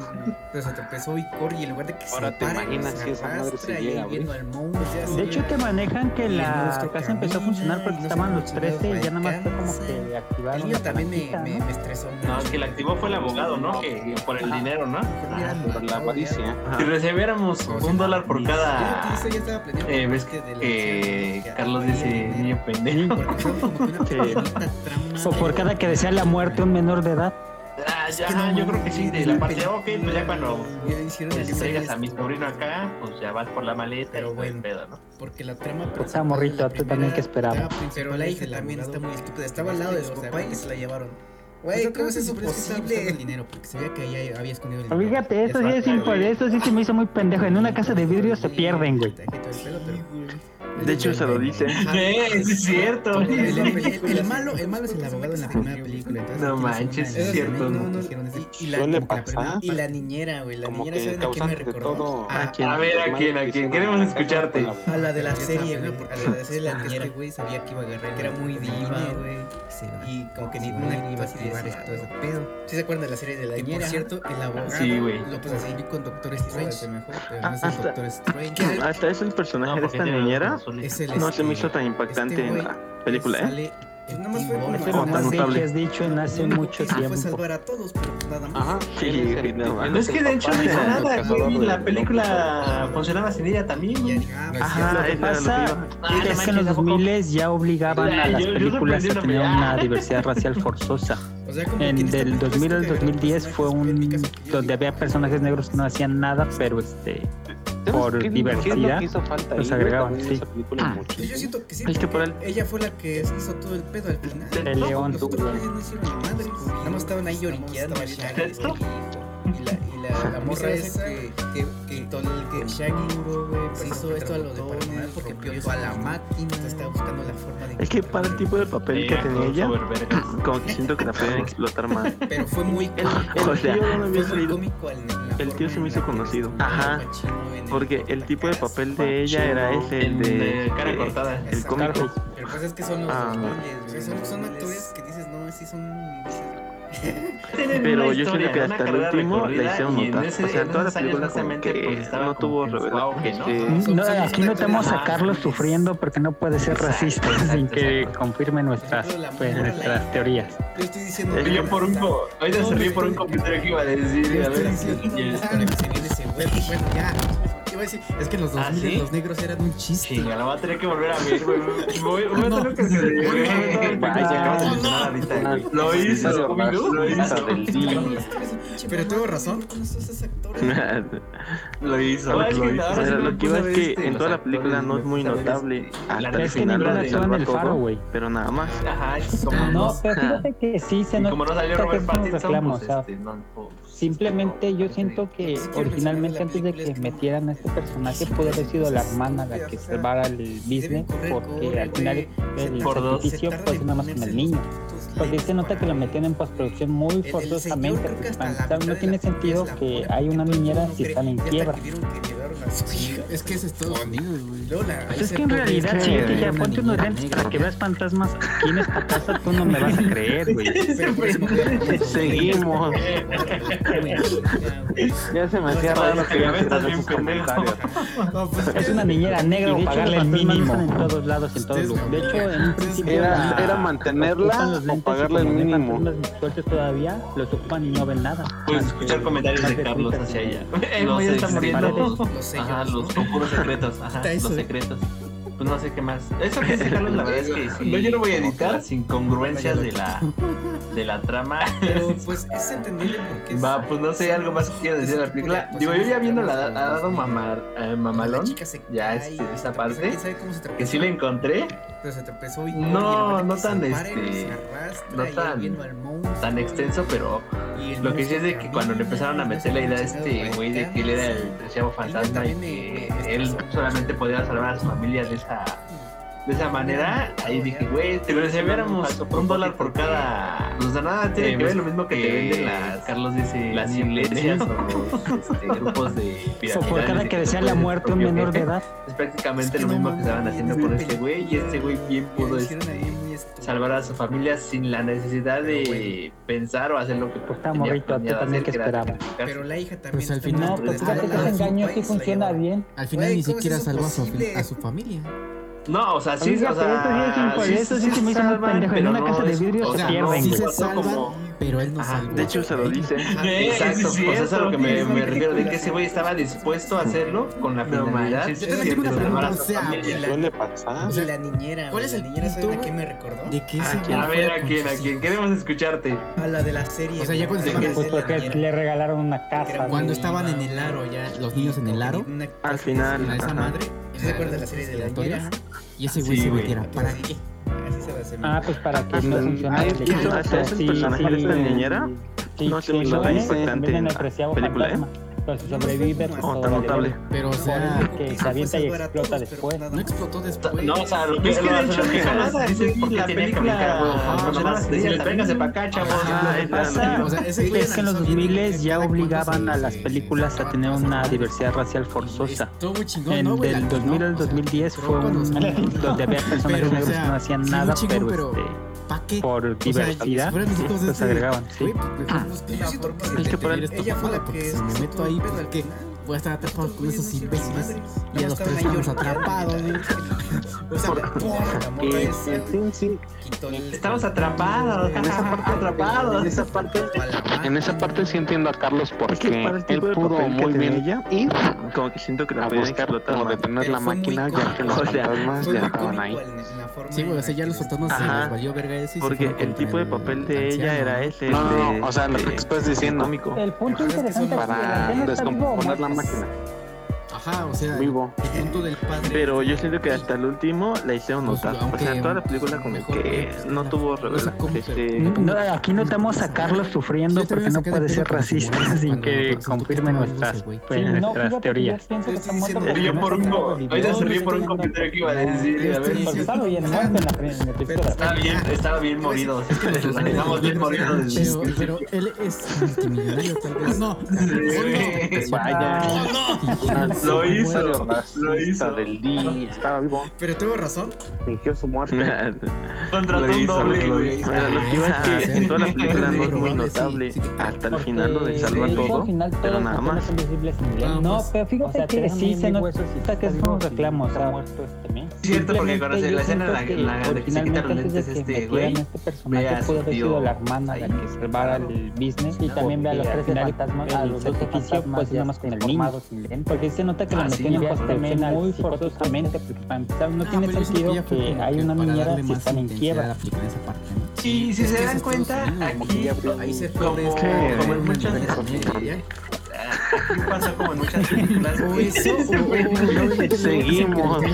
[SPEAKER 2] (laughs)
[SPEAKER 5] Pero se tropezó y corre y en lugar de que
[SPEAKER 7] Ahora
[SPEAKER 5] se
[SPEAKER 7] te
[SPEAKER 5] pare,
[SPEAKER 7] imaginas
[SPEAKER 5] se
[SPEAKER 7] si esa madre
[SPEAKER 5] arrastra
[SPEAKER 7] se
[SPEAKER 5] y
[SPEAKER 7] llega a
[SPEAKER 5] ahí viendo al monstruo, ya
[SPEAKER 6] De
[SPEAKER 5] se-
[SPEAKER 6] hecho te manejan que
[SPEAKER 5] Y el
[SPEAKER 6] la
[SPEAKER 5] monstruo
[SPEAKER 6] casa empezó a funcionar porque
[SPEAKER 5] camina y no
[SPEAKER 6] estaban
[SPEAKER 5] sé
[SPEAKER 6] los
[SPEAKER 5] cómo chingados
[SPEAKER 6] 13 y ya
[SPEAKER 5] va
[SPEAKER 6] nada más fue como que
[SPEAKER 5] descansa. El
[SPEAKER 6] activaron
[SPEAKER 5] niño
[SPEAKER 6] la
[SPEAKER 5] también me,
[SPEAKER 6] palanquita,
[SPEAKER 5] me,
[SPEAKER 6] ¿no?
[SPEAKER 5] me estresó
[SPEAKER 2] No,
[SPEAKER 5] mucho.
[SPEAKER 2] que la activó fue el abogado, ¿no? Que que por el dinero, ¿no?
[SPEAKER 5] Mejor hubiera
[SPEAKER 3] Por la
[SPEAKER 5] matado ya.
[SPEAKER 3] avaricia.
[SPEAKER 2] Si recibiéramos un dólar por
[SPEAKER 5] Yo
[SPEAKER 2] cada
[SPEAKER 5] creo que eso ya estaba planeado
[SPEAKER 2] eh,
[SPEAKER 5] por
[SPEAKER 2] ves
[SPEAKER 5] parte de la
[SPEAKER 2] que
[SPEAKER 5] anciana,
[SPEAKER 2] Carlos
[SPEAKER 5] que
[SPEAKER 2] dice
[SPEAKER 5] ahí
[SPEAKER 2] niño pendejo.
[SPEAKER 5] Porque son como
[SPEAKER 2] (laughs)
[SPEAKER 5] que una pequeñita trama.
[SPEAKER 6] O por cada que desea la muerte a un menor de edad.
[SPEAKER 2] Ah, ya,
[SPEAKER 5] Que no,
[SPEAKER 2] yo creo que sí, de la parte, ok, pues ya cuando
[SPEAKER 5] Ya hicieron el este
[SPEAKER 2] pues, traigas a mi
[SPEAKER 5] esto,
[SPEAKER 2] sobrino acá, pues ya vas por la maleta
[SPEAKER 5] Pero
[SPEAKER 2] y todo el
[SPEAKER 5] bueno.
[SPEAKER 2] pedo, ¿no?
[SPEAKER 5] Porque la trama.
[SPEAKER 6] Pues, ah, morrito, tú también, ¿qué esperaba?
[SPEAKER 5] Pero la hija también está muy estúpida. Estaba al lado de su papá y se la llevaron.
[SPEAKER 1] Pues,
[SPEAKER 5] Güey,
[SPEAKER 1] acá
[SPEAKER 5] ¿cómo es
[SPEAKER 1] se
[SPEAKER 5] eso
[SPEAKER 1] supone que estaba
[SPEAKER 5] posible?
[SPEAKER 1] buscando el
[SPEAKER 5] dinero, porque se veía que ella había escondido el
[SPEAKER 6] Fíjate, esto sí es imposible, esto sí se me hizo muy pendejo. En una casa de vidrio se pierden, güey.
[SPEAKER 7] De hecho, se lo dice.
[SPEAKER 2] Eh, sí es cierto.
[SPEAKER 5] El, el- el malo, el malo es el abogado en la primera película. entonces,
[SPEAKER 2] No
[SPEAKER 5] tiene
[SPEAKER 2] manches,
[SPEAKER 5] una-
[SPEAKER 2] es
[SPEAKER 5] una-
[SPEAKER 2] cierto.
[SPEAKER 5] no, no, dijeron, y- y
[SPEAKER 7] Suele
[SPEAKER 5] la- como que la
[SPEAKER 7] pasar.
[SPEAKER 5] primera- Y la niñera, güey. La
[SPEAKER 3] Como
[SPEAKER 5] niñera
[SPEAKER 3] que
[SPEAKER 5] saben a qué me
[SPEAKER 3] causante de
[SPEAKER 5] recordó. Ah,
[SPEAKER 3] todo.
[SPEAKER 5] A-
[SPEAKER 7] ¿A quién?
[SPEAKER 2] A ver, ¿a quién? ¿A quién? Queremos escucharte.
[SPEAKER 5] A la de la serie, güey, porque a la de la serie la
[SPEAKER 1] Ah,
[SPEAKER 5] niñera,
[SPEAKER 1] este
[SPEAKER 5] güey, sabía que iba a agarrar, que era muy diva, güey. Y como que ni una iba a activar esto, ese pedo. ¿Sí se acuerdan de la serie de la niñera? Por cierto, el abogado
[SPEAKER 2] Sí, güey.
[SPEAKER 5] López Azul con Doctor Strange. mejor, pero no es el
[SPEAKER 7] Hasta-
[SPEAKER 5] Doctor Strange.
[SPEAKER 7] Hasta eso el personaje de
[SPEAKER 2] porque
[SPEAKER 7] esta
[SPEAKER 2] tiene los
[SPEAKER 7] niñera
[SPEAKER 2] azules.
[SPEAKER 5] Es el,
[SPEAKER 7] no se me
[SPEAKER 5] este,
[SPEAKER 7] hizo tan impactante
[SPEAKER 5] este
[SPEAKER 7] en
[SPEAKER 5] güey
[SPEAKER 7] la película, ¿eh?
[SPEAKER 5] Sale
[SPEAKER 1] Pues nada más fue como-
[SPEAKER 5] Timor,
[SPEAKER 6] Eso
[SPEAKER 7] Como
[SPEAKER 6] lo más
[SPEAKER 7] tan
[SPEAKER 6] gay
[SPEAKER 7] notable.
[SPEAKER 6] que has dicho en hace
[SPEAKER 5] Lo único
[SPEAKER 6] mucho
[SPEAKER 5] que hizo Ah, Fue
[SPEAKER 6] tiempo.
[SPEAKER 5] salvar a todos, pero pues nada más.
[SPEAKER 3] Ajá.
[SPEAKER 7] Sí,
[SPEAKER 3] él es el-
[SPEAKER 7] no,
[SPEAKER 3] él
[SPEAKER 2] No es que de hecho no
[SPEAKER 3] el
[SPEAKER 2] hizo
[SPEAKER 3] papá del
[SPEAKER 2] nada,
[SPEAKER 3] cazador
[SPEAKER 2] güey.
[SPEAKER 3] de-
[SPEAKER 2] La película funcionaba sin ella también,
[SPEAKER 5] Y
[SPEAKER 2] güey.
[SPEAKER 5] ya,
[SPEAKER 7] Ajá,
[SPEAKER 6] Lo que
[SPEAKER 7] es la
[SPEAKER 6] pasa
[SPEAKER 2] Ah, no
[SPEAKER 6] es que
[SPEAKER 2] manches,
[SPEAKER 6] en los
[SPEAKER 2] ¿a poco?
[SPEAKER 6] 2000 ya obligaban
[SPEAKER 2] Ah,
[SPEAKER 6] a las
[SPEAKER 2] yo- yo
[SPEAKER 6] películas a
[SPEAKER 2] sorprendiéndome,
[SPEAKER 6] tener
[SPEAKER 2] ah.
[SPEAKER 6] una
[SPEAKER 2] (laughs)
[SPEAKER 6] diversidad racial forzosa.
[SPEAKER 5] o sea, como que este
[SPEAKER 6] En,
[SPEAKER 5] esta
[SPEAKER 6] del
[SPEAKER 5] película
[SPEAKER 6] 2000 al
[SPEAKER 5] está cagada,
[SPEAKER 6] 2010 fue
[SPEAKER 5] personajes, en mi
[SPEAKER 6] un
[SPEAKER 5] caso, que yo
[SPEAKER 6] donde
[SPEAKER 5] digo,
[SPEAKER 6] había personajes negros que no hacían nada, pero este
[SPEAKER 3] ¿Sabes
[SPEAKER 6] por
[SPEAKER 3] qué es lo-
[SPEAKER 6] diversidad,
[SPEAKER 3] qué es lo que hizo falta ahí,
[SPEAKER 6] los
[SPEAKER 3] güey?
[SPEAKER 6] agregaban,
[SPEAKER 3] También
[SPEAKER 6] sí.
[SPEAKER 3] esa película mucho.
[SPEAKER 5] Yo siento que sí.
[SPEAKER 7] Es que por el-
[SPEAKER 5] porque Ella fue la que hizo todo el pedo al final.
[SPEAKER 6] el león
[SPEAKER 5] Los otros güeyes no hicieron ni madres. Nada más estaban ahí lloriqueando a Shaggy.
[SPEAKER 2] ¿Esto?
[SPEAKER 5] Y la, y la, la morra es que, que, que, que Shaggy pues, hizo esto a los de Paranormal porque pidió a la máquina. Estaba buscando la forma de.
[SPEAKER 7] Es que para el tipo de papel que
[SPEAKER 2] Ella
[SPEAKER 7] tenía
[SPEAKER 2] con
[SPEAKER 7] ella,
[SPEAKER 2] supervergas. (laughs)
[SPEAKER 7] como que siento que la pueden explotar más.
[SPEAKER 5] Pero
[SPEAKER 7] (laughs)
[SPEAKER 5] fue muy.
[SPEAKER 7] O sea,
[SPEAKER 5] fue
[SPEAKER 7] yo no había
[SPEAKER 5] muy
[SPEAKER 7] salido.
[SPEAKER 5] cómico al- la
[SPEAKER 7] El tío
[SPEAKER 5] forma
[SPEAKER 7] se
[SPEAKER 5] en
[SPEAKER 7] me hizo
[SPEAKER 5] la que
[SPEAKER 7] conocido.
[SPEAKER 5] estuvo
[SPEAKER 7] Ajá.
[SPEAKER 5] Al Pacino en
[SPEAKER 7] Porque el tipo de
[SPEAKER 5] cortacaras.
[SPEAKER 7] papel de ella era ese, el
[SPEAKER 2] En
[SPEAKER 7] de...
[SPEAKER 2] eh, cara
[SPEAKER 7] de-
[SPEAKER 2] cortada.
[SPEAKER 7] el
[SPEAKER 5] Exacto.
[SPEAKER 7] cómico.
[SPEAKER 5] Pero pues es que son los
[SPEAKER 7] Ah.
[SPEAKER 5] normales, güey. Son, son actores que dices, no, sí son.
[SPEAKER 2] Tienen
[SPEAKER 7] Pero
[SPEAKER 2] una
[SPEAKER 7] yo siento
[SPEAKER 2] historia,
[SPEAKER 7] que
[SPEAKER 2] una
[SPEAKER 7] hasta el
[SPEAKER 2] carrera
[SPEAKER 7] último
[SPEAKER 2] recorrida,
[SPEAKER 7] la hicieron
[SPEAKER 2] y en
[SPEAKER 7] notar.
[SPEAKER 2] ese-
[SPEAKER 7] O sea,
[SPEAKER 2] en
[SPEAKER 7] toda la
[SPEAKER 2] esos años,
[SPEAKER 7] película como
[SPEAKER 2] honestamente,
[SPEAKER 7] que
[SPEAKER 2] pues, estaba
[SPEAKER 7] no
[SPEAKER 2] como
[SPEAKER 7] tuvo
[SPEAKER 2] que en su
[SPEAKER 7] revela-
[SPEAKER 2] auge, ¿no?
[SPEAKER 7] este,
[SPEAKER 5] Son-
[SPEAKER 6] No,
[SPEAKER 5] son
[SPEAKER 6] aquí no
[SPEAKER 5] actores
[SPEAKER 6] estamos a
[SPEAKER 5] normales.
[SPEAKER 6] Carlos sufriendo porque no puede ser
[SPEAKER 2] Ah, Exacto,
[SPEAKER 6] racista (laughs)
[SPEAKER 2] exacto,
[SPEAKER 6] sin que
[SPEAKER 2] exacto.
[SPEAKER 6] confirme nuestras,
[SPEAKER 5] Por ejemplo, la
[SPEAKER 6] pues,
[SPEAKER 5] morra, la
[SPEAKER 6] nuestras
[SPEAKER 5] hija.
[SPEAKER 6] teorías.
[SPEAKER 5] Yo estoy diciendo.
[SPEAKER 7] Es que
[SPEAKER 2] Yo por un co- ahorita se ríe por un comentario que iba a decir.
[SPEAKER 5] Yo
[SPEAKER 2] A
[SPEAKER 5] estoy
[SPEAKER 2] (laughs) ver,
[SPEAKER 5] diciendo.
[SPEAKER 2] y este,
[SPEAKER 5] no,
[SPEAKER 2] es-
[SPEAKER 5] para que se viene ese güey. Bueno, ya. Iba a decir, es que en los
[SPEAKER 2] ¿Ah,
[SPEAKER 5] 2000
[SPEAKER 2] sí?
[SPEAKER 5] los negros eran un chiste.
[SPEAKER 2] Chinga, la voy a tener que volver a ver, güey. Voy, voy a tener que se güey.
[SPEAKER 7] Vaya,
[SPEAKER 2] acabas de
[SPEAKER 7] no,
[SPEAKER 2] mencionar ahorita, güey.
[SPEAKER 7] no.
[SPEAKER 2] Lo hizo,
[SPEAKER 7] Esa
[SPEAKER 2] Scooby-Doo, lo
[SPEAKER 7] raza
[SPEAKER 2] hizo.
[SPEAKER 7] del
[SPEAKER 5] Pero tuvo razón. Con
[SPEAKER 6] (laughs)
[SPEAKER 5] esos actores.
[SPEAKER 2] Lo hizo,
[SPEAKER 7] Ahora es
[SPEAKER 2] lo
[SPEAKER 7] que-
[SPEAKER 2] hizo.
[SPEAKER 7] ahora sí me puse a ver, este,
[SPEAKER 2] los
[SPEAKER 7] en toda la película
[SPEAKER 2] actores,
[SPEAKER 7] no es muy
[SPEAKER 2] ¿sabes?
[SPEAKER 7] notable.
[SPEAKER 2] La
[SPEAKER 7] Hasta el
[SPEAKER 6] Es que
[SPEAKER 7] final
[SPEAKER 6] ninguno
[SPEAKER 2] de-
[SPEAKER 7] donde
[SPEAKER 6] actúa en
[SPEAKER 7] salva
[SPEAKER 6] el faro,
[SPEAKER 7] todo,
[SPEAKER 6] güey.
[SPEAKER 7] pero nada más.
[SPEAKER 2] Ajá, es como
[SPEAKER 6] No,
[SPEAKER 2] nos-
[SPEAKER 6] pero
[SPEAKER 7] Ajá.
[SPEAKER 6] fíjate que sí se
[SPEAKER 2] Ah, y
[SPEAKER 6] nota.
[SPEAKER 2] como no salió
[SPEAKER 6] que
[SPEAKER 2] Robert
[SPEAKER 6] es un
[SPEAKER 2] Pattinson,
[SPEAKER 6] reclamo,
[SPEAKER 2] pues,
[SPEAKER 6] o sea,
[SPEAKER 2] este, no, pues,
[SPEAKER 6] Simplemente yo
[SPEAKER 2] no,
[SPEAKER 6] siento que originalmente antes de que metieran a este personaje pudo haber sido la hermana la que salvara el business porque al final el
[SPEAKER 2] Por dos.
[SPEAKER 6] sacrificio fue nada más con el niño. Porque se nota que lo metieron en postproducción muy forzosamente. porque para empezar, No tiene sentido que hay una
[SPEAKER 5] pues,
[SPEAKER 6] niñera si están en quiebra.
[SPEAKER 5] Es que ese es Estados Unidos, güey. Lola, ahí
[SPEAKER 6] Pues Es
[SPEAKER 5] se
[SPEAKER 6] que en
[SPEAKER 5] pone-
[SPEAKER 6] realidad,
[SPEAKER 5] Sí,
[SPEAKER 6] si yo te
[SPEAKER 5] güey,
[SPEAKER 6] ya
[SPEAKER 5] una
[SPEAKER 6] ponte unos
[SPEAKER 5] niñera
[SPEAKER 6] lentes
[SPEAKER 5] negra,
[SPEAKER 6] para que veas fantasmas aquí en esta casa, tú no me vas a (laughs) creer, güey.
[SPEAKER 5] Pero (laughs) por eso me voy a poner-
[SPEAKER 7] Seguimos. (laughs) Ya se me hacía
[SPEAKER 2] No,
[SPEAKER 7] raro
[SPEAKER 2] es que
[SPEAKER 7] que iban
[SPEAKER 2] me metas
[SPEAKER 7] tirando
[SPEAKER 2] bien
[SPEAKER 7] esos
[SPEAKER 2] pendejo.
[SPEAKER 7] comentarios.
[SPEAKER 5] No, pues
[SPEAKER 6] Es una niñera negra
[SPEAKER 7] Y de
[SPEAKER 6] o
[SPEAKER 7] hecho,
[SPEAKER 6] pagarle el
[SPEAKER 7] los fantasmas
[SPEAKER 6] mínimo.
[SPEAKER 7] están
[SPEAKER 6] En
[SPEAKER 7] en
[SPEAKER 6] todos lados, en todos lugares. De hecho, en un principio.
[SPEAKER 7] Era-
[SPEAKER 6] la-
[SPEAKER 7] era
[SPEAKER 3] mantenerla
[SPEAKER 6] ocupan los
[SPEAKER 3] o
[SPEAKER 6] lentes y
[SPEAKER 3] pagarle el
[SPEAKER 6] como no hay
[SPEAKER 3] mínimo.
[SPEAKER 6] fantasmas sueltos todavía, los ocupan y no ven nada.
[SPEAKER 2] Puedes
[SPEAKER 6] Más que-
[SPEAKER 2] Pues, escuchar comentarios
[SPEAKER 6] más
[SPEAKER 2] de Carlos
[SPEAKER 6] fritas
[SPEAKER 2] hacia
[SPEAKER 6] y-
[SPEAKER 2] ella.
[SPEAKER 6] Los
[SPEAKER 2] Los
[SPEAKER 6] extremos.
[SPEAKER 2] muriendo.
[SPEAKER 5] Los sellos,
[SPEAKER 2] Ajá, los
[SPEAKER 5] ¿no?
[SPEAKER 2] conjuros secretos. Ajá,
[SPEAKER 5] Está eso,
[SPEAKER 2] los
[SPEAKER 5] ¿eh?
[SPEAKER 2] secretos. pues no sé qué más. Eso que dice Carlos, la verdad es que sí.
[SPEAKER 7] No, yo no voy a editar.
[SPEAKER 2] Las incongruencias de la, de la trama.
[SPEAKER 5] (laughs) Pero pues es entendible porque. es-
[SPEAKER 2] Va, pues no sé, algo más que quiero decir de la película. Digo, yo ya viendo la ha dado mamar, eh,
[SPEAKER 5] La
[SPEAKER 2] mamalón,
[SPEAKER 5] chica se
[SPEAKER 2] ya
[SPEAKER 5] cae,
[SPEAKER 2] este, esa
[SPEAKER 5] se tropezó,
[SPEAKER 2] parte,
[SPEAKER 5] quién sabe cómo se tropezó,
[SPEAKER 2] que sí la encontré,
[SPEAKER 5] Pero se tropezó y.
[SPEAKER 2] No,
[SPEAKER 5] y luego
[SPEAKER 2] no
[SPEAKER 5] que
[SPEAKER 2] tan,
[SPEAKER 5] se para y
[SPEAKER 2] este,
[SPEAKER 5] se arrastra
[SPEAKER 2] no
[SPEAKER 5] y ahí
[SPEAKER 2] tan-
[SPEAKER 5] viendo al monstruo,
[SPEAKER 2] tan extenso, pero
[SPEAKER 5] y el
[SPEAKER 2] lo que sí
[SPEAKER 5] monstruo
[SPEAKER 2] es de que
[SPEAKER 5] camina,
[SPEAKER 2] cuando le empezaron a
[SPEAKER 5] y no
[SPEAKER 2] meter la
[SPEAKER 5] sé
[SPEAKER 2] idea a
[SPEAKER 5] cómo chingado
[SPEAKER 2] este
[SPEAKER 5] lo
[SPEAKER 2] güey de que él era el
[SPEAKER 5] alcanza.
[SPEAKER 2] treceavo fantasma y
[SPEAKER 5] también me-
[SPEAKER 2] que
[SPEAKER 5] me
[SPEAKER 2] él
[SPEAKER 5] estresó.
[SPEAKER 2] solamente podía salvar a su familia de esa, de esa manera, ahí dije, güey, te lo recibiéramos un dólar por cada... Pues de nada tiene
[SPEAKER 7] Eh,
[SPEAKER 2] que ver lo mismo que te venden
[SPEAKER 6] (laughs)
[SPEAKER 2] las...
[SPEAKER 7] Carlos dice.
[SPEAKER 2] las iglesias (laughs) o los este, grupos de
[SPEAKER 6] (laughs) O por cada que
[SPEAKER 2] desea
[SPEAKER 6] desea la muerte a un menor de edad.
[SPEAKER 2] Es prácticamente
[SPEAKER 5] Es
[SPEAKER 2] lo
[SPEAKER 5] no
[SPEAKER 2] mismo que
[SPEAKER 5] mames,
[SPEAKER 2] estaban
[SPEAKER 5] güey,
[SPEAKER 2] haciendo
[SPEAKER 5] es
[SPEAKER 2] con
[SPEAKER 5] una
[SPEAKER 2] este güey y
[SPEAKER 5] película,
[SPEAKER 2] este güey bien
[SPEAKER 5] y
[SPEAKER 2] pudo
[SPEAKER 5] lo hicieron
[SPEAKER 2] este,
[SPEAKER 5] ahí muy estúpido.
[SPEAKER 2] salvar a su familia sin la necesidad de
[SPEAKER 5] Pero, güey.
[SPEAKER 2] pensar o hacer lo que
[SPEAKER 6] Pues está
[SPEAKER 2] tenía
[SPEAKER 6] morrito,
[SPEAKER 2] planeado
[SPEAKER 6] tú también
[SPEAKER 2] hacer,
[SPEAKER 6] que
[SPEAKER 2] era
[SPEAKER 6] esperaba.
[SPEAKER 2] sacrificarse.
[SPEAKER 5] Pero la hija también.
[SPEAKER 1] Pues al
[SPEAKER 5] está
[SPEAKER 1] final-
[SPEAKER 6] No,
[SPEAKER 5] muerto
[SPEAKER 6] pero
[SPEAKER 5] de
[SPEAKER 6] fíjate que
[SPEAKER 5] espalda,
[SPEAKER 1] Ah,
[SPEAKER 6] ese
[SPEAKER 1] sí,
[SPEAKER 6] engaño
[SPEAKER 5] güey,
[SPEAKER 6] sí
[SPEAKER 5] se la
[SPEAKER 6] funciona
[SPEAKER 5] llevaron.
[SPEAKER 6] bien.
[SPEAKER 1] Al final
[SPEAKER 5] Güey,
[SPEAKER 1] ni
[SPEAKER 5] ¿cómo es
[SPEAKER 1] siquiera
[SPEAKER 5] eso
[SPEAKER 1] salvó a su,
[SPEAKER 5] posible?
[SPEAKER 1] a su familia.
[SPEAKER 2] No, o sea, sí,
[SPEAKER 6] Amiga,
[SPEAKER 2] o
[SPEAKER 6] pero esto sí es
[SPEAKER 2] sea,
[SPEAKER 6] incoherente,
[SPEAKER 2] sí,
[SPEAKER 6] eso
[SPEAKER 2] sí
[SPEAKER 6] sí
[SPEAKER 2] se
[SPEAKER 6] se me hizo muy
[SPEAKER 2] salvan,
[SPEAKER 6] pendejo. En
[SPEAKER 2] pero
[SPEAKER 6] una
[SPEAKER 2] no
[SPEAKER 6] casa de
[SPEAKER 2] es-
[SPEAKER 6] vidrio
[SPEAKER 2] o
[SPEAKER 1] O
[SPEAKER 6] se
[SPEAKER 2] sea,
[SPEAKER 1] sea,
[SPEAKER 2] no,
[SPEAKER 6] pierden,
[SPEAKER 1] sí
[SPEAKER 6] güey.
[SPEAKER 1] se
[SPEAKER 2] no
[SPEAKER 1] salvan,
[SPEAKER 2] como-
[SPEAKER 1] pero él no
[SPEAKER 2] Ajá,
[SPEAKER 1] salvó.
[SPEAKER 7] De hecho, se lo
[SPEAKER 2] (laughs)
[SPEAKER 7] dice.
[SPEAKER 5] Ajá,
[SPEAKER 9] Eh,
[SPEAKER 2] Exacto,
[SPEAKER 9] sí,
[SPEAKER 2] pues eso es a lo
[SPEAKER 9] cierto,
[SPEAKER 2] que me,
[SPEAKER 9] tienes
[SPEAKER 2] me
[SPEAKER 9] una
[SPEAKER 2] refiero, de que
[SPEAKER 9] película.
[SPEAKER 2] ese güey estaba dispuesto a hacerlo con la
[SPEAKER 7] No
[SPEAKER 2] finalidad
[SPEAKER 7] manches,
[SPEAKER 1] Yo también tengo una
[SPEAKER 2] de salvar a
[SPEAKER 1] pregunta,
[SPEAKER 2] su
[SPEAKER 1] o sea,
[SPEAKER 2] familia.
[SPEAKER 5] la-
[SPEAKER 7] Suele pasar.
[SPEAKER 5] Y la niñera.
[SPEAKER 1] ¿Cuál
[SPEAKER 5] güey,
[SPEAKER 1] es
[SPEAKER 5] la
[SPEAKER 1] el
[SPEAKER 5] niñera,
[SPEAKER 1] punto,
[SPEAKER 5] ¿saben a
[SPEAKER 1] güey?
[SPEAKER 5] qué me recordó?
[SPEAKER 1] ¿De qué
[SPEAKER 2] ¿A
[SPEAKER 1] se
[SPEAKER 2] quién? A ver, a quién, a quién, queremos escucharte.
[SPEAKER 5] A la de la serie.
[SPEAKER 1] O sea, ya
[SPEAKER 5] güey,
[SPEAKER 1] cuando
[SPEAKER 5] a la
[SPEAKER 1] estaban-
[SPEAKER 5] de
[SPEAKER 6] Pues
[SPEAKER 5] la
[SPEAKER 6] porque
[SPEAKER 5] niñera.
[SPEAKER 6] le regalaron una casa.
[SPEAKER 5] Era
[SPEAKER 1] Cuando
[SPEAKER 5] muy
[SPEAKER 6] güey.
[SPEAKER 1] estaban en el aro ya, los niños en el aro,
[SPEAKER 5] Una-
[SPEAKER 7] Al final.
[SPEAKER 1] a esa
[SPEAKER 7] ajá.
[SPEAKER 1] madre,
[SPEAKER 5] ¿Sí se acuerdan de la serie de la
[SPEAKER 1] Aleatorias.
[SPEAKER 5] niñera?
[SPEAKER 1] y ese güey
[SPEAKER 2] Sí,
[SPEAKER 1] se
[SPEAKER 2] güey.
[SPEAKER 1] metiera. ¿Para qué?
[SPEAKER 5] Así se la semana.
[SPEAKER 6] Ah, pues para que no
[SPEAKER 7] Ah,
[SPEAKER 6] funcionara.
[SPEAKER 7] ah,
[SPEAKER 6] el
[SPEAKER 7] es que
[SPEAKER 6] equipo.
[SPEAKER 7] eso-
[SPEAKER 6] O
[SPEAKER 7] hasta
[SPEAKER 6] sea,
[SPEAKER 7] ese
[SPEAKER 6] sí,
[SPEAKER 7] personaje de esta
[SPEAKER 6] sí,
[SPEAKER 7] niñera
[SPEAKER 6] sí,
[SPEAKER 7] no se
[SPEAKER 6] sí,
[SPEAKER 7] me hizo
[SPEAKER 6] lo
[SPEAKER 7] tan
[SPEAKER 6] es,
[SPEAKER 7] impactante
[SPEAKER 6] venden
[SPEAKER 7] en
[SPEAKER 6] el
[SPEAKER 7] la
[SPEAKER 6] preciado
[SPEAKER 7] película, ¿eh?
[SPEAKER 6] fantasma, Pero si sobrevive, pues
[SPEAKER 7] Oh,
[SPEAKER 6] todo
[SPEAKER 7] tan
[SPEAKER 6] vale
[SPEAKER 7] notable.
[SPEAKER 6] verga.
[SPEAKER 1] Pero o sea,
[SPEAKER 6] que se avienta y explota después.
[SPEAKER 1] no explotó después.
[SPEAKER 2] No, o sea, lo que
[SPEAKER 9] Es que
[SPEAKER 2] lo-
[SPEAKER 9] de hecho,
[SPEAKER 2] lo que
[SPEAKER 9] que
[SPEAKER 2] jamás
[SPEAKER 9] jamás
[SPEAKER 2] dice
[SPEAKER 9] vi
[SPEAKER 2] por
[SPEAKER 9] la
[SPEAKER 2] qué tenía que
[SPEAKER 9] película.
[SPEAKER 2] brincar, güey.
[SPEAKER 9] Ah,
[SPEAKER 2] No,
[SPEAKER 9] jamás
[SPEAKER 2] nomás
[SPEAKER 9] vi
[SPEAKER 2] dice,
[SPEAKER 9] la
[SPEAKER 2] véngase para acá, chavos.
[SPEAKER 6] Ajá,
[SPEAKER 2] Ah,
[SPEAKER 6] pasa.
[SPEAKER 1] O sea, ese güey
[SPEAKER 6] Pues Es que en los
[SPEAKER 1] analizó bien
[SPEAKER 6] 2000
[SPEAKER 1] que
[SPEAKER 6] ya
[SPEAKER 1] cada cuando
[SPEAKER 6] obligaban
[SPEAKER 1] se-
[SPEAKER 6] a las
[SPEAKER 1] se-
[SPEAKER 6] películas
[SPEAKER 1] se-
[SPEAKER 6] a tener una diversidad racial forzosa.
[SPEAKER 1] Estuvo muy chingón,
[SPEAKER 6] En
[SPEAKER 1] ¿no, güey?
[SPEAKER 6] del
[SPEAKER 1] La-
[SPEAKER 6] 2000 al
[SPEAKER 1] ¿no? O sea,
[SPEAKER 6] 2010
[SPEAKER 1] creo
[SPEAKER 6] fue un
[SPEAKER 1] cuando se-
[SPEAKER 6] mundo (laughs) donde
[SPEAKER 1] (laughs)
[SPEAKER 6] había personajes
[SPEAKER 1] Pero, o
[SPEAKER 6] negros
[SPEAKER 1] sea,
[SPEAKER 6] que no hacían
[SPEAKER 1] sí,
[SPEAKER 6] nada,
[SPEAKER 1] muy chingón,
[SPEAKER 6] pero,
[SPEAKER 1] pero-
[SPEAKER 6] este,
[SPEAKER 1] ¿Para qué?
[SPEAKER 6] por
[SPEAKER 1] O sea, si
[SPEAKER 6] diversidad
[SPEAKER 1] fueran los hijos de
[SPEAKER 6] los
[SPEAKER 1] este-
[SPEAKER 6] agregaban, sí.
[SPEAKER 1] Güey, pues, pues,
[SPEAKER 5] Yo siento que
[SPEAKER 1] es que por
[SPEAKER 5] el-
[SPEAKER 1] esto
[SPEAKER 5] ella fue la
[SPEAKER 1] porque
[SPEAKER 5] que
[SPEAKER 1] si me
[SPEAKER 5] hizo
[SPEAKER 1] meto
[SPEAKER 5] todo el
[SPEAKER 1] ahí,
[SPEAKER 5] pedo
[SPEAKER 1] pues
[SPEAKER 5] al
[SPEAKER 1] que
[SPEAKER 5] final.
[SPEAKER 1] voy a estar atrapado con esos
[SPEAKER 5] Estos güeyes no
[SPEAKER 1] imbéciles.
[SPEAKER 5] hicieron su
[SPEAKER 1] Y a los
[SPEAKER 5] madre. Nada más
[SPEAKER 1] tres
[SPEAKER 5] estaban
[SPEAKER 1] estamos
[SPEAKER 5] ahí
[SPEAKER 1] atrapados, güey.
[SPEAKER 5] O sea, por la morra esa,
[SPEAKER 7] En fin, sí,
[SPEAKER 5] quitó el-
[SPEAKER 2] Estamos atrapados,
[SPEAKER 7] en esa parte.
[SPEAKER 2] atrapados.
[SPEAKER 7] En esa parte.
[SPEAKER 5] a la madre.
[SPEAKER 3] En esa parte sí entiendo a Carlos
[SPEAKER 7] Es
[SPEAKER 3] porque
[SPEAKER 7] que para el
[SPEAKER 3] él
[SPEAKER 7] tipo de
[SPEAKER 3] pudo
[SPEAKER 7] papel que
[SPEAKER 3] muy
[SPEAKER 7] tenía
[SPEAKER 3] bien
[SPEAKER 7] ella,
[SPEAKER 3] ir
[SPEAKER 7] como que siento que la
[SPEAKER 3] a
[SPEAKER 7] podían
[SPEAKER 3] buscar
[SPEAKER 7] explotar
[SPEAKER 3] como
[SPEAKER 7] más.
[SPEAKER 3] detener
[SPEAKER 5] Pero
[SPEAKER 3] la
[SPEAKER 5] fue muy
[SPEAKER 3] máquina ya que los
[SPEAKER 7] O sea,
[SPEAKER 3] fantasmas
[SPEAKER 5] Fue
[SPEAKER 3] ya
[SPEAKER 5] muy
[SPEAKER 3] estaban ahí.
[SPEAKER 5] cómico en la forma
[SPEAKER 1] Sí, güey, o sea,
[SPEAKER 5] en la
[SPEAKER 1] ya
[SPEAKER 5] que
[SPEAKER 1] los
[SPEAKER 5] les-
[SPEAKER 1] fantasmas se
[SPEAKER 7] Ajá.
[SPEAKER 1] les valió verga eso y se
[SPEAKER 7] Porque
[SPEAKER 1] fueron
[SPEAKER 7] el tipo de
[SPEAKER 1] contra
[SPEAKER 7] papel de ella
[SPEAKER 1] anciano,
[SPEAKER 7] era
[SPEAKER 1] ¿no?
[SPEAKER 7] ese.
[SPEAKER 3] No,
[SPEAKER 7] el
[SPEAKER 3] no,
[SPEAKER 7] de-
[SPEAKER 3] no, o sea, lo que
[SPEAKER 7] de-
[SPEAKER 3] estás diciendo.
[SPEAKER 7] cómico.
[SPEAKER 6] El punto
[SPEAKER 5] Ajá, es que
[SPEAKER 6] interesante
[SPEAKER 5] son
[SPEAKER 6] es que la
[SPEAKER 3] Para
[SPEAKER 6] antena está vivo o
[SPEAKER 3] descomponer
[SPEAKER 6] muerto.
[SPEAKER 3] la máquina
[SPEAKER 1] Ajá, o sea, el
[SPEAKER 3] vivo.
[SPEAKER 1] punto del padre.
[SPEAKER 7] Pero yo siento que hasta el último la hicieron
[SPEAKER 1] Pues,
[SPEAKER 7] notar. O sea,
[SPEAKER 1] aunque
[SPEAKER 7] toda la película como
[SPEAKER 1] mejor
[SPEAKER 7] que
[SPEAKER 1] que-
[SPEAKER 7] no tuvo
[SPEAKER 1] no sé cómo,
[SPEAKER 7] revelación. Este,
[SPEAKER 1] pero-
[SPEAKER 6] Mm. No, aquí notamos a Carlos sufriendo
[SPEAKER 1] Yo también
[SPEAKER 6] porque no
[SPEAKER 1] saqué de
[SPEAKER 6] puede
[SPEAKER 1] pedo
[SPEAKER 6] ser
[SPEAKER 1] cuando se
[SPEAKER 6] racista
[SPEAKER 1] murió,
[SPEAKER 6] sin
[SPEAKER 1] cuando-
[SPEAKER 6] que
[SPEAKER 1] cuando se
[SPEAKER 6] confirme
[SPEAKER 1] estaba
[SPEAKER 6] nuestras,
[SPEAKER 1] dulce, güey.
[SPEAKER 6] pues, sí, no, nuestras fíjate que teorías. yo pienso que está
[SPEAKER 5] Estoy
[SPEAKER 6] muerto
[SPEAKER 5] diciendo-
[SPEAKER 6] porque
[SPEAKER 2] Río
[SPEAKER 6] no
[SPEAKER 2] por
[SPEAKER 6] está
[SPEAKER 2] un,
[SPEAKER 6] vivo,
[SPEAKER 2] ahorita se ríe por un comentario que iba a decir. A ver,
[SPEAKER 6] Porque estaba bien muerto en la primera- en el episodio.
[SPEAKER 2] estaba bien, estaba bien morido. Estamos bien moridos. desde el
[SPEAKER 1] Pero, pero él es multimillonario, tal vez. No,
[SPEAKER 2] Sí, güey.
[SPEAKER 6] Ah,
[SPEAKER 2] Lo hizo, lo
[SPEAKER 3] Racista
[SPEAKER 2] hizo.
[SPEAKER 3] del día. Estaba vivo.
[SPEAKER 5] Pero tuvo razón.
[SPEAKER 3] Fingió su
[SPEAKER 7] (laughs)
[SPEAKER 3] muerte.
[SPEAKER 2] Contrató
[SPEAKER 7] Lo
[SPEAKER 2] un
[SPEAKER 7] hizo,
[SPEAKER 2] doble,
[SPEAKER 7] lo
[SPEAKER 2] güey.
[SPEAKER 7] hizo. Pero lo que iba
[SPEAKER 1] Ah,
[SPEAKER 7] es que en toda la película no es muy notable.
[SPEAKER 1] Sí, sí, claro.
[SPEAKER 7] Hasta el
[SPEAKER 6] porque
[SPEAKER 7] final donde salva
[SPEAKER 6] de hecho,
[SPEAKER 7] todo.
[SPEAKER 6] al final
[SPEAKER 7] pero
[SPEAKER 6] todos
[SPEAKER 7] nada
[SPEAKER 6] los
[SPEAKER 7] más.
[SPEAKER 6] son visibles en el-
[SPEAKER 1] Ah,
[SPEAKER 6] No,
[SPEAKER 1] pues,
[SPEAKER 6] pero fíjate
[SPEAKER 10] o sea,
[SPEAKER 6] que
[SPEAKER 10] déjame
[SPEAKER 6] sí
[SPEAKER 10] en
[SPEAKER 6] se
[SPEAKER 10] mi
[SPEAKER 6] nota
[SPEAKER 10] hueso si
[SPEAKER 6] que es
[SPEAKER 10] estás
[SPEAKER 6] un
[SPEAKER 10] vivo, si
[SPEAKER 6] reclamo. O
[SPEAKER 10] está
[SPEAKER 6] sea,
[SPEAKER 10] muerto este mes.
[SPEAKER 2] Es cierto, porque cuando se- la
[SPEAKER 6] Simplemente yo
[SPEAKER 2] escena en la,
[SPEAKER 6] siento
[SPEAKER 2] en la-
[SPEAKER 6] que
[SPEAKER 2] de que se quita los
[SPEAKER 6] originalmente
[SPEAKER 2] lentes
[SPEAKER 6] antes de
[SPEAKER 2] este
[SPEAKER 6] que metieran
[SPEAKER 2] güey,
[SPEAKER 6] a este personaje
[SPEAKER 2] vea a su
[SPEAKER 6] pudo haber
[SPEAKER 2] tío
[SPEAKER 6] sido la hermana la
[SPEAKER 2] ahí.
[SPEAKER 6] que salvara el business y también vea a los
[SPEAKER 10] Porque al
[SPEAKER 6] tres
[SPEAKER 10] final,
[SPEAKER 6] fantasmas,
[SPEAKER 10] el
[SPEAKER 6] a los sacrificio,
[SPEAKER 10] fantasmas
[SPEAKER 6] pues
[SPEAKER 10] ya
[SPEAKER 6] nada más con el niño.
[SPEAKER 10] deformado, sin lentes.
[SPEAKER 6] Porque se nota que lo
[SPEAKER 2] Ah, sí,
[SPEAKER 6] metieron
[SPEAKER 2] ya,
[SPEAKER 6] posteriormente
[SPEAKER 10] pero
[SPEAKER 6] muy
[SPEAKER 10] al final,
[SPEAKER 6] forzosamente, porque para empezar no
[SPEAKER 1] Ah,
[SPEAKER 6] tiene
[SPEAKER 1] pero yo siento ya
[SPEAKER 6] sentido
[SPEAKER 1] fue
[SPEAKER 6] que
[SPEAKER 1] como
[SPEAKER 6] hay una
[SPEAKER 1] para
[SPEAKER 6] niñera
[SPEAKER 1] darle
[SPEAKER 6] si
[SPEAKER 1] más
[SPEAKER 6] están en
[SPEAKER 1] intensidad
[SPEAKER 6] quiebra.
[SPEAKER 1] aplicar esa parte, ¿no?
[SPEAKER 2] Sí, si
[SPEAKER 1] Es
[SPEAKER 2] se
[SPEAKER 1] que
[SPEAKER 2] dan
[SPEAKER 1] es
[SPEAKER 2] cuenta,
[SPEAKER 1] Estados Unidos,
[SPEAKER 2] aquí,
[SPEAKER 5] Ahí se
[SPEAKER 2] como,
[SPEAKER 5] pierde
[SPEAKER 7] Sí.
[SPEAKER 2] como en muchas,
[SPEAKER 5] este-
[SPEAKER 2] aquí pasa como en muchas películas.
[SPEAKER 1] O
[SPEAKER 2] (laughs)
[SPEAKER 1] eso, o- o- o-
[SPEAKER 7] (laughs)
[SPEAKER 1] o-
[SPEAKER 3] Seguimos.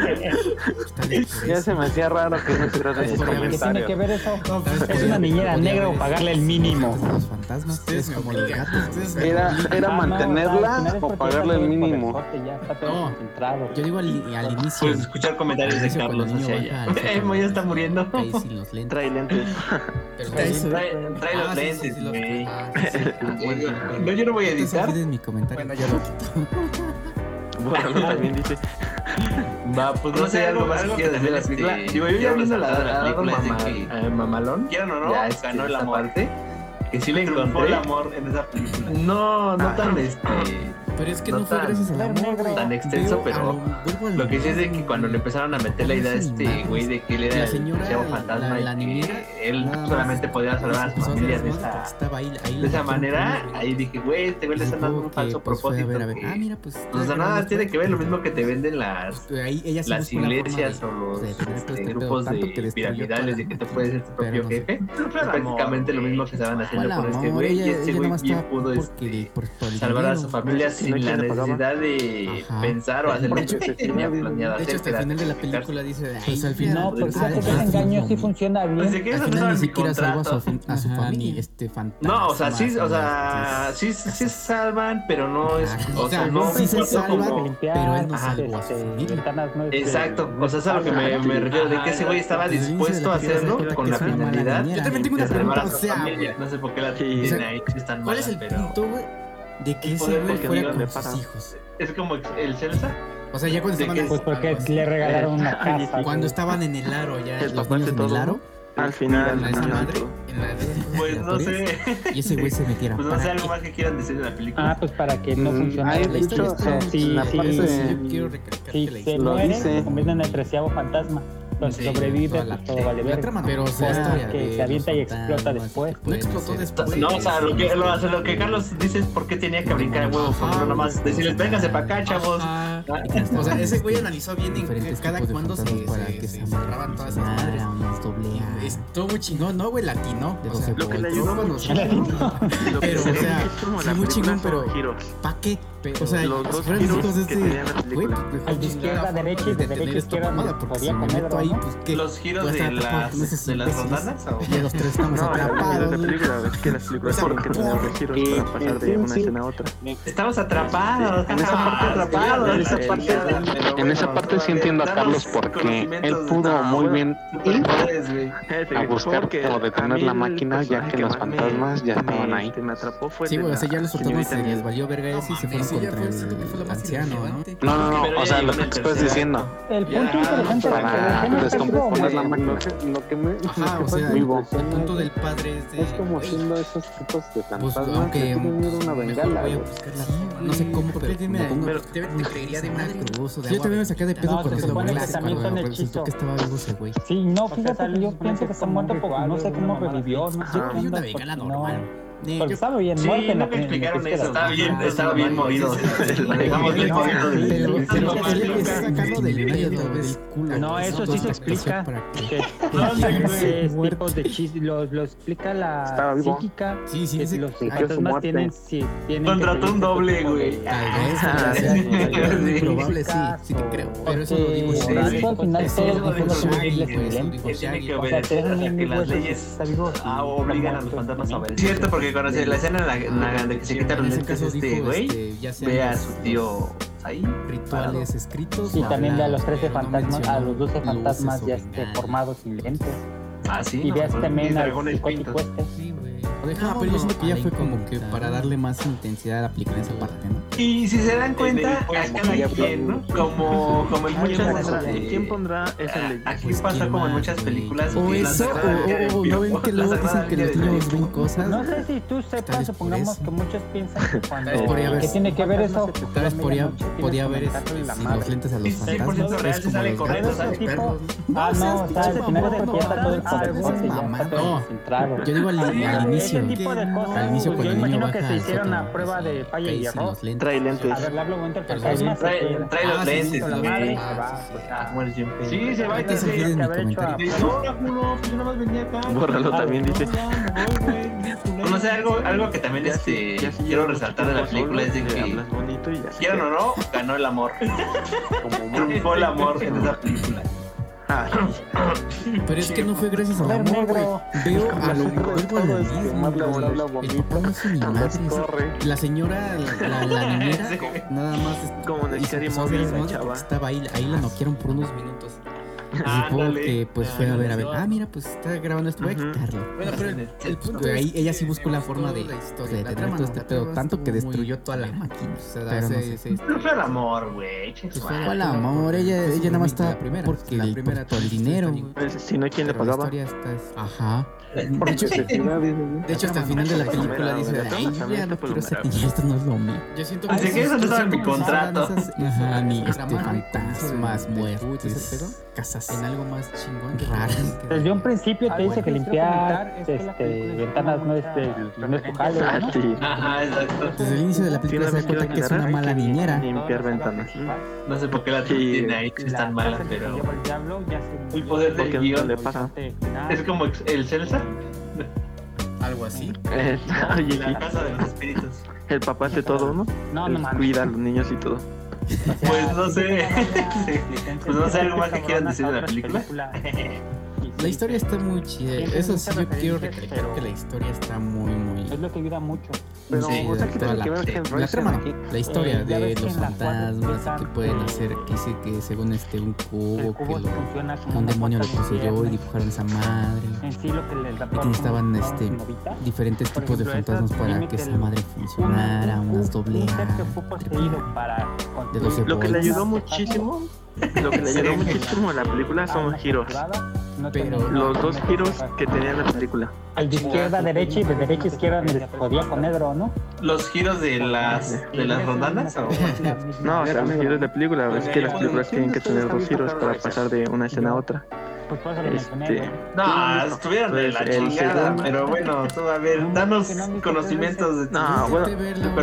[SPEAKER 1] Está bien, por
[SPEAKER 3] Ya
[SPEAKER 1] eso.
[SPEAKER 3] se me hacía raro que no estuvieras en sus
[SPEAKER 1] Porque
[SPEAKER 6] ¿Qué tiene que
[SPEAKER 3] comentarios.
[SPEAKER 6] ver eso?
[SPEAKER 1] ¿Sabes
[SPEAKER 6] Es
[SPEAKER 1] qué?
[SPEAKER 6] una niñera
[SPEAKER 1] Podía
[SPEAKER 6] negra o
[SPEAKER 1] haber
[SPEAKER 6] pagarle el
[SPEAKER 1] esos
[SPEAKER 6] mínimo.
[SPEAKER 1] fantasmas, Los fantasmas, ustedes como los gatos. ustedes me
[SPEAKER 3] Era,
[SPEAKER 1] obligan.
[SPEAKER 6] Ah, no,
[SPEAKER 3] era
[SPEAKER 6] o sea, al final
[SPEAKER 3] mantenerla
[SPEAKER 6] es
[SPEAKER 3] o
[SPEAKER 6] porque
[SPEAKER 3] pagarle
[SPEAKER 6] ya
[SPEAKER 3] el
[SPEAKER 6] está todo
[SPEAKER 3] mínimo.
[SPEAKER 6] parejote, Ya está todo
[SPEAKER 1] No,
[SPEAKER 6] concentrado.
[SPEAKER 1] Yo digo al, al inicio.
[SPEAKER 2] Puedes escuchar Pues, comentarios de
[SPEAKER 1] Eso cuando
[SPEAKER 2] Carlos
[SPEAKER 1] el niño
[SPEAKER 2] hacia
[SPEAKER 1] baja
[SPEAKER 2] allá. (laughs)
[SPEAKER 1] al sótano,
[SPEAKER 2] Emo ya está muriendo.
[SPEAKER 1] ahí sin los lentes.
[SPEAKER 7] Trae lentes.
[SPEAKER 1] Pero
[SPEAKER 5] Trae-
[SPEAKER 1] eso-
[SPEAKER 2] Trae, trae los
[SPEAKER 1] Ah, sí, sí,
[SPEAKER 2] lentes,
[SPEAKER 1] sí, los-
[SPEAKER 2] güey.
[SPEAKER 1] ah,
[SPEAKER 2] (laughs)
[SPEAKER 1] sí, sí. Ah, bueno.
[SPEAKER 2] No, yo no voy a
[SPEAKER 1] Entonces,
[SPEAKER 2] editar.
[SPEAKER 1] olviden mi comentario.
[SPEAKER 5] Bueno, ya lo quito.
[SPEAKER 7] Bueno, también dice.
[SPEAKER 2] Va, pues no sé, algo más que quieras decir de la película.
[SPEAKER 7] este,
[SPEAKER 2] Digo, yo ya viendo la la- la- la- la- mamal- eh, mamalón. Quiero o no, ganó el amor. que sí la encontré. el amor en esa película.
[SPEAKER 7] No,
[SPEAKER 2] Ah,
[SPEAKER 7] no tan este.
[SPEAKER 1] Pero es que no, fue gracias al amor.
[SPEAKER 2] Tan extenso, pero lo que sí es de que cuando le empezaron a meter la idea a este güey de que él era el chavo fantasma y que él solamente podía salvar a su familia de esa, de esa manera, ahí dije, güey, este güey le están dando un falso
[SPEAKER 1] pues,
[SPEAKER 2] propósito. Ah, mira, pues. O sea, nada tiene que ver lo mismo que te venden las, las iglesias o los este, grupos de piramidales de que tú puedes ser tu propio jefe. Prácticamente lo mismo que estaban haciendo con este güey y este güey bien pudo este, salvar a su familia sin la necesidad de pensar o hacer lo que tenía planeado
[SPEAKER 1] De hecho, hasta el final de la película dice:
[SPEAKER 6] Pues al final. No, porque ese engaño sí funciona
[SPEAKER 2] Pues
[SPEAKER 6] bien.
[SPEAKER 1] Al final ni siquiera salva a su familia. Este fantasma.
[SPEAKER 2] No, o sea, sí, o sea, sí se salvan, pero no es. O sea, no
[SPEAKER 1] sí se salvan, pero él no
[SPEAKER 6] este,
[SPEAKER 1] salva a su
[SPEAKER 2] familia. Exacto, o sea, es a lo que me refiero, de que ese güey estaba dispuesto a hacerlo con la finalidad.
[SPEAKER 1] Yo también tengo una pregunta, o sea,
[SPEAKER 2] no sé por qué la tienen ahí, están
[SPEAKER 1] ¿Cuál es el punto, güey? de que ese güey fuera con sus hijos.
[SPEAKER 2] Es como el Celsa.
[SPEAKER 1] O sea, ya cuando estaban en
[SPEAKER 6] Pues porque le regalaron una casa.
[SPEAKER 1] Cuando estaban en el aro, ya los niños en el aro.
[SPEAKER 7] Al final,
[SPEAKER 1] la madre, en la
[SPEAKER 2] pues no sé.
[SPEAKER 1] Y ese güey se metiera.
[SPEAKER 2] Pues no sé algo más que quieran decir de la película.
[SPEAKER 6] Ah, pues para que no funcione
[SPEAKER 1] la historia.
[SPEAKER 6] Sí,
[SPEAKER 1] sí, sí.
[SPEAKER 6] Se muere, se convierte en el treceavo fantasma. Sí, sobrevive, pues, todo vale ver.
[SPEAKER 1] Trama, pero o sea,
[SPEAKER 6] historia que de, se avienta y explota después.
[SPEAKER 1] No explotó después.
[SPEAKER 2] No, o sea, lo que, lo, lo que Carlos dice es por qué tenía que brincar de huevos, porque no nomás decirles, véngase para acá, chavos. Ah.
[SPEAKER 1] Ajá. O sea, ese güey analizó bien en cada cuando se, se, que se cerraban todas esas madres. Estuvo chingón, ¿no, güey? Latino. O sea,
[SPEAKER 2] lo que le ayudó a
[SPEAKER 1] nosotros. Pero, o sea, sí, muy chingón, pero ¿pa' qué? O sea,
[SPEAKER 7] los dos giros que tenía la
[SPEAKER 1] pues,
[SPEAKER 7] película.
[SPEAKER 6] A izquierda, derecha y de derecha, izquierda. Podía comerlo,
[SPEAKER 2] Ahí, pues, ¿qué? Los giros de, las, de las rodanas o...
[SPEAKER 1] Y los tres estamos
[SPEAKER 7] no,
[SPEAKER 1] atrapados.
[SPEAKER 7] La, la película, es que las películas tienen que tener giros para pasar de una escena a otra.
[SPEAKER 2] Estamos atrapados.
[SPEAKER 7] En esa
[SPEAKER 2] Ah,
[SPEAKER 7] parte atrapados. En esa parte, en esa parte sí entiendo a Carlos porque él pudo muy bien ir a buscar o detener la máquina ya que los fantasmas ya estaban ahí.
[SPEAKER 1] Sí, güey, o sea, ya los fantasmas se les valió verga eso y se fueron contra el anciano,
[SPEAKER 7] ¿no? No, no, no, o sea, lo que estás diciendo.
[SPEAKER 6] El punto interesante para
[SPEAKER 7] descomponer la máquina.
[SPEAKER 1] Lo que me. Ajá, o sea, el punto Pues del padre es de.
[SPEAKER 7] Es como siendo esos tipos de fantasmas.
[SPEAKER 1] Pues, aunque.
[SPEAKER 7] una bengala.
[SPEAKER 1] Voy a buscar la. No sé cómo, pero. Pero te creería de madre. Yo también me saqué de pedo cuando se
[SPEAKER 6] muere ese cuando
[SPEAKER 1] resultó que estaba vivo ese güey.
[SPEAKER 6] Sí, no, fíjate, yo pienso que está muerto porque no sé cómo revivió.
[SPEAKER 1] Yo creí una bengala normal. Eh, pues,
[SPEAKER 6] Porque estaba bien sí, muerto.
[SPEAKER 2] No me explicaron eso. Estaba bien, estaba bien movido. Dejamos bien movido.
[SPEAKER 1] Es sacarlo del miedo, del culo.
[SPEAKER 6] No, eso sí se explica. (laughs) tipos de chistes lo, explica la psíquica.
[SPEAKER 1] Sí, sí, sí.
[SPEAKER 6] Los fantasmas tienen, sí, tienen.
[SPEAKER 2] Contrató un doble, güey.
[SPEAKER 6] "Ah,
[SPEAKER 1] Es probable, sí, sí te creo. Pero eso lo digo.
[SPEAKER 6] Eso al final todo
[SPEAKER 2] Tiene que obedecer hasta que las leyes ah, obligan a los fantasmas a obedecer. Cierto, porque cuando se la escena la, la, de que se quitaron los lentes este güey, este, ve a su tío ahí.
[SPEAKER 1] Rituales parado. escritos. eh,
[SPEAKER 6] Y también ve a los 13 fantasmas, a los 12 fantasmas ya este, formados sin lentes.
[SPEAKER 2] Ah, sí.
[SPEAKER 6] Y ve a este men al psicótico este.
[SPEAKER 1] Sí, Deja, pero yo siento que ya fue como que para darle más intensidad aplicar esa parte,
[SPEAKER 5] (laughs)
[SPEAKER 1] ¿no?
[SPEAKER 2] Y si se dan cuenta, a cada quien, ¿no? Como, como
[SPEAKER 1] Ah,
[SPEAKER 2] en muchas. este,
[SPEAKER 7] ¿Quién pondrá esa ley?
[SPEAKER 2] Aquí
[SPEAKER 1] pues,
[SPEAKER 2] pasa como en muchas películas.
[SPEAKER 1] O eso, o no ven que luego dicen que los niños ven cosas.
[SPEAKER 6] No sé si tú sepas, supongamos que muchos piensan que cuando. ¿Qué tiene que ver eso?
[SPEAKER 1] Tal vez podía haber los lentes a los fantasmas.
[SPEAKER 2] real se sale corriendo, sale
[SPEAKER 6] perros. Ah, no, o sea, al final se despierta todo el poder.
[SPEAKER 1] Ah, No, yo digo al inicio
[SPEAKER 6] tipo de cosas. Al inicio, yo imagino que se hicieron la prueba
[SPEAKER 1] pues,
[SPEAKER 6] de falla y error.
[SPEAKER 7] Trae
[SPEAKER 1] Ah,
[SPEAKER 7] lentes.
[SPEAKER 6] A ver, le hablo momento
[SPEAKER 2] Trae los lentes. Ah,
[SPEAKER 7] Sí,
[SPEAKER 2] se va y te
[SPEAKER 7] dice
[SPEAKER 2] que haber hecho a. Ah, No, yo nada más venía acá.
[SPEAKER 7] Bórralo también, dice.
[SPEAKER 2] No sé, algo, algo que también este, quiero resaltar de la película es de que, quieran o no, ganó
[SPEAKER 1] (laughs)
[SPEAKER 2] el amor. (laughs) Triunfó el amor en
[SPEAKER 7] (laughs)
[SPEAKER 2] esa película.
[SPEAKER 7] Ah,
[SPEAKER 1] Pero es que no fue gracias al amor, güey. Veo a lo vuelvo a lo mismo, güey. El papá no es ni madre. La señora, la, la, la niñera, nada más
[SPEAKER 7] como en el
[SPEAKER 1] hizo
[SPEAKER 7] serie móvil, la chava.
[SPEAKER 1] Estaba ahí, ahí la noquearon por unos minutos. Supongo que pues fue a ver, a ver, ah, mira, pues está grabando esto, voy a
[SPEAKER 11] Ujú.
[SPEAKER 1] quitarlo.
[SPEAKER 5] Bueno, pero el, el punto
[SPEAKER 1] Pero
[SPEAKER 5] es
[SPEAKER 1] ahí
[SPEAKER 5] que
[SPEAKER 1] ella sí buscó la
[SPEAKER 5] vemos
[SPEAKER 1] forma
[SPEAKER 5] toda
[SPEAKER 1] de,
[SPEAKER 5] la historia,
[SPEAKER 1] de
[SPEAKER 5] la
[SPEAKER 1] tener
[SPEAKER 5] trama
[SPEAKER 1] todo
[SPEAKER 5] no,
[SPEAKER 1] este
[SPEAKER 5] la
[SPEAKER 1] pedo,
[SPEAKER 5] trama
[SPEAKER 1] tanto que
[SPEAKER 5] estuvo muy-
[SPEAKER 1] destruyó toda la máquina. O sea,
[SPEAKER 5] Pero
[SPEAKER 1] se-
[SPEAKER 5] no
[SPEAKER 1] se-
[SPEAKER 5] sé.
[SPEAKER 2] No fue el amor, güey. che,
[SPEAKER 1] pues,
[SPEAKER 2] suave.
[SPEAKER 1] fue el amor, ella, ella nada más estaba porque
[SPEAKER 5] la
[SPEAKER 1] el-
[SPEAKER 5] primera
[SPEAKER 1] por el dinero. güey.
[SPEAKER 7] Pues, si no, ¿quién le
[SPEAKER 5] Pero la
[SPEAKER 7] pagaba?
[SPEAKER 5] historia está es-
[SPEAKER 1] Ajá.
[SPEAKER 7] Por necesidad, dice, ¿no?
[SPEAKER 1] De hecho, hasta el final de la película dice,
[SPEAKER 7] Homero,
[SPEAKER 1] ay, yo ya no quiero ser niña, (laughs) esto no es lo mío.
[SPEAKER 5] Yo siento
[SPEAKER 2] Así Ah, que eso no estaba en mi
[SPEAKER 5] siento que se
[SPEAKER 2] contrato.
[SPEAKER 5] van esas-
[SPEAKER 1] Ajá, ni
[SPEAKER 5] esas
[SPEAKER 1] este
[SPEAKER 5] dramas, güey, como eso de-
[SPEAKER 1] fantasmas,
[SPEAKER 5] de- ese pedo,
[SPEAKER 1] muertes, Pues casas.
[SPEAKER 5] En algo más chingón que
[SPEAKER 1] Raras.
[SPEAKER 6] Desde un principio te
[SPEAKER 12] Algo
[SPEAKER 6] dice
[SPEAKER 12] que
[SPEAKER 6] que
[SPEAKER 12] les quiero
[SPEAKER 6] limpiar
[SPEAKER 12] comentar es que la película
[SPEAKER 6] este,
[SPEAKER 12] es
[SPEAKER 6] ventanas
[SPEAKER 12] una
[SPEAKER 6] no es,
[SPEAKER 12] mucha
[SPEAKER 6] el- no es tu jale,
[SPEAKER 7] Ah,
[SPEAKER 6] ¿no?
[SPEAKER 7] sí.
[SPEAKER 2] Ajá, exacto.
[SPEAKER 1] Desde el inicio de la
[SPEAKER 7] Sí,
[SPEAKER 1] película se
[SPEAKER 7] no me
[SPEAKER 1] da cuenta
[SPEAKER 7] quiero
[SPEAKER 1] que es
[SPEAKER 7] aclarar
[SPEAKER 1] una mala
[SPEAKER 7] que-
[SPEAKER 1] niñera. (laughs)
[SPEAKER 7] Limpiar ventanas. (laughs)
[SPEAKER 2] No sé por qué la
[SPEAKER 7] Sí.
[SPEAKER 2] tiene ahí, si están malas, pero. El poder del
[SPEAKER 7] Porque no
[SPEAKER 2] guión
[SPEAKER 7] le pasa.
[SPEAKER 2] es como ex- el Celsa,
[SPEAKER 5] Algo así.
[SPEAKER 7] Eh, oye, sí.
[SPEAKER 2] la casa de los espíritus.
[SPEAKER 7] El papá hace todo, ¿no?
[SPEAKER 6] No, no
[SPEAKER 7] Él
[SPEAKER 6] mames.
[SPEAKER 7] cuida a los niños y todo.
[SPEAKER 2] Pues no sé. Sí. Pues no sé, algo más que quieran
[SPEAKER 13] quieran
[SPEAKER 2] decir de la película.
[SPEAKER 1] La historia está muy chida.
[SPEAKER 13] Tiene
[SPEAKER 1] Eso sí,
[SPEAKER 13] muchas
[SPEAKER 1] yo quiero
[SPEAKER 13] referencias,
[SPEAKER 1] recalcar
[SPEAKER 13] pero-
[SPEAKER 1] que la historia está muy, muy.
[SPEAKER 6] Es lo que ayuda mucho.
[SPEAKER 7] Pero,
[SPEAKER 1] Sí,
[SPEAKER 7] o sea, que
[SPEAKER 1] toda
[SPEAKER 7] tiene
[SPEAKER 1] la-
[SPEAKER 7] que ver Hellraiser
[SPEAKER 1] La trama, no,
[SPEAKER 7] aquí.
[SPEAKER 1] la historia
[SPEAKER 6] Eh, ya
[SPEAKER 1] de
[SPEAKER 6] ves que
[SPEAKER 1] los
[SPEAKER 6] en la cuatro
[SPEAKER 1] fantasmas que
[SPEAKER 6] explican
[SPEAKER 1] pueden
[SPEAKER 6] que-
[SPEAKER 1] hacer, que dice que según este un
[SPEAKER 6] El
[SPEAKER 1] cubo, que,
[SPEAKER 6] cubo
[SPEAKER 1] lo-
[SPEAKER 6] funciona como
[SPEAKER 1] que un
[SPEAKER 6] una
[SPEAKER 1] demonio lo
[SPEAKER 6] puerta al
[SPEAKER 1] poseyó y
[SPEAKER 6] infierno.
[SPEAKER 1] dibujaron esa madre.
[SPEAKER 6] En sí, lo que el raptor
[SPEAKER 1] Y que estaban,
[SPEAKER 6] como llamaban
[SPEAKER 1] este,
[SPEAKER 6] novitas,
[SPEAKER 1] Diferentes
[SPEAKER 6] Por
[SPEAKER 1] tipos de
[SPEAKER 6] ejemplo,
[SPEAKER 1] fantasmas
[SPEAKER 6] esas
[SPEAKER 1] para
[SPEAKER 6] tienen
[SPEAKER 1] que
[SPEAKER 6] que
[SPEAKER 1] esa
[SPEAKER 6] el-
[SPEAKER 1] madre
[SPEAKER 6] un-
[SPEAKER 1] funcionara,
[SPEAKER 6] un-
[SPEAKER 1] unas
[SPEAKER 6] un
[SPEAKER 1] dobleas.
[SPEAKER 6] ser que fue poseído para
[SPEAKER 1] de
[SPEAKER 6] construir
[SPEAKER 1] 12
[SPEAKER 7] Lo que le
[SPEAKER 1] volts.
[SPEAKER 7] ayudó muchísimo, lo que le ayudó muchísimo a la película
[SPEAKER 6] a
[SPEAKER 7] son
[SPEAKER 6] una
[SPEAKER 7] giros.
[SPEAKER 6] temporada, no
[SPEAKER 1] Pero
[SPEAKER 6] tenía-
[SPEAKER 7] Los dos giros que tenía la película.
[SPEAKER 6] El de izquierda a derecha y de derecha a izquierda me les jodía con negro, ¿no?
[SPEAKER 2] Los giros de las de las rondanas o
[SPEAKER 7] No, o sea, los giros de película. pues, Es que las películas tienen que tener dos giros para pasar de una escena a otra.
[SPEAKER 6] Pues por eso lo mencioné,
[SPEAKER 7] Este,
[SPEAKER 6] güey.
[SPEAKER 2] No, estuvieron de
[SPEAKER 7] Pues,
[SPEAKER 2] la
[SPEAKER 7] el
[SPEAKER 2] chingada,
[SPEAKER 7] segundo.
[SPEAKER 2] pero bueno, tú a ver, danos conocimientos de
[SPEAKER 6] ah,
[SPEAKER 7] No, bueno,
[SPEAKER 1] Intenté verla una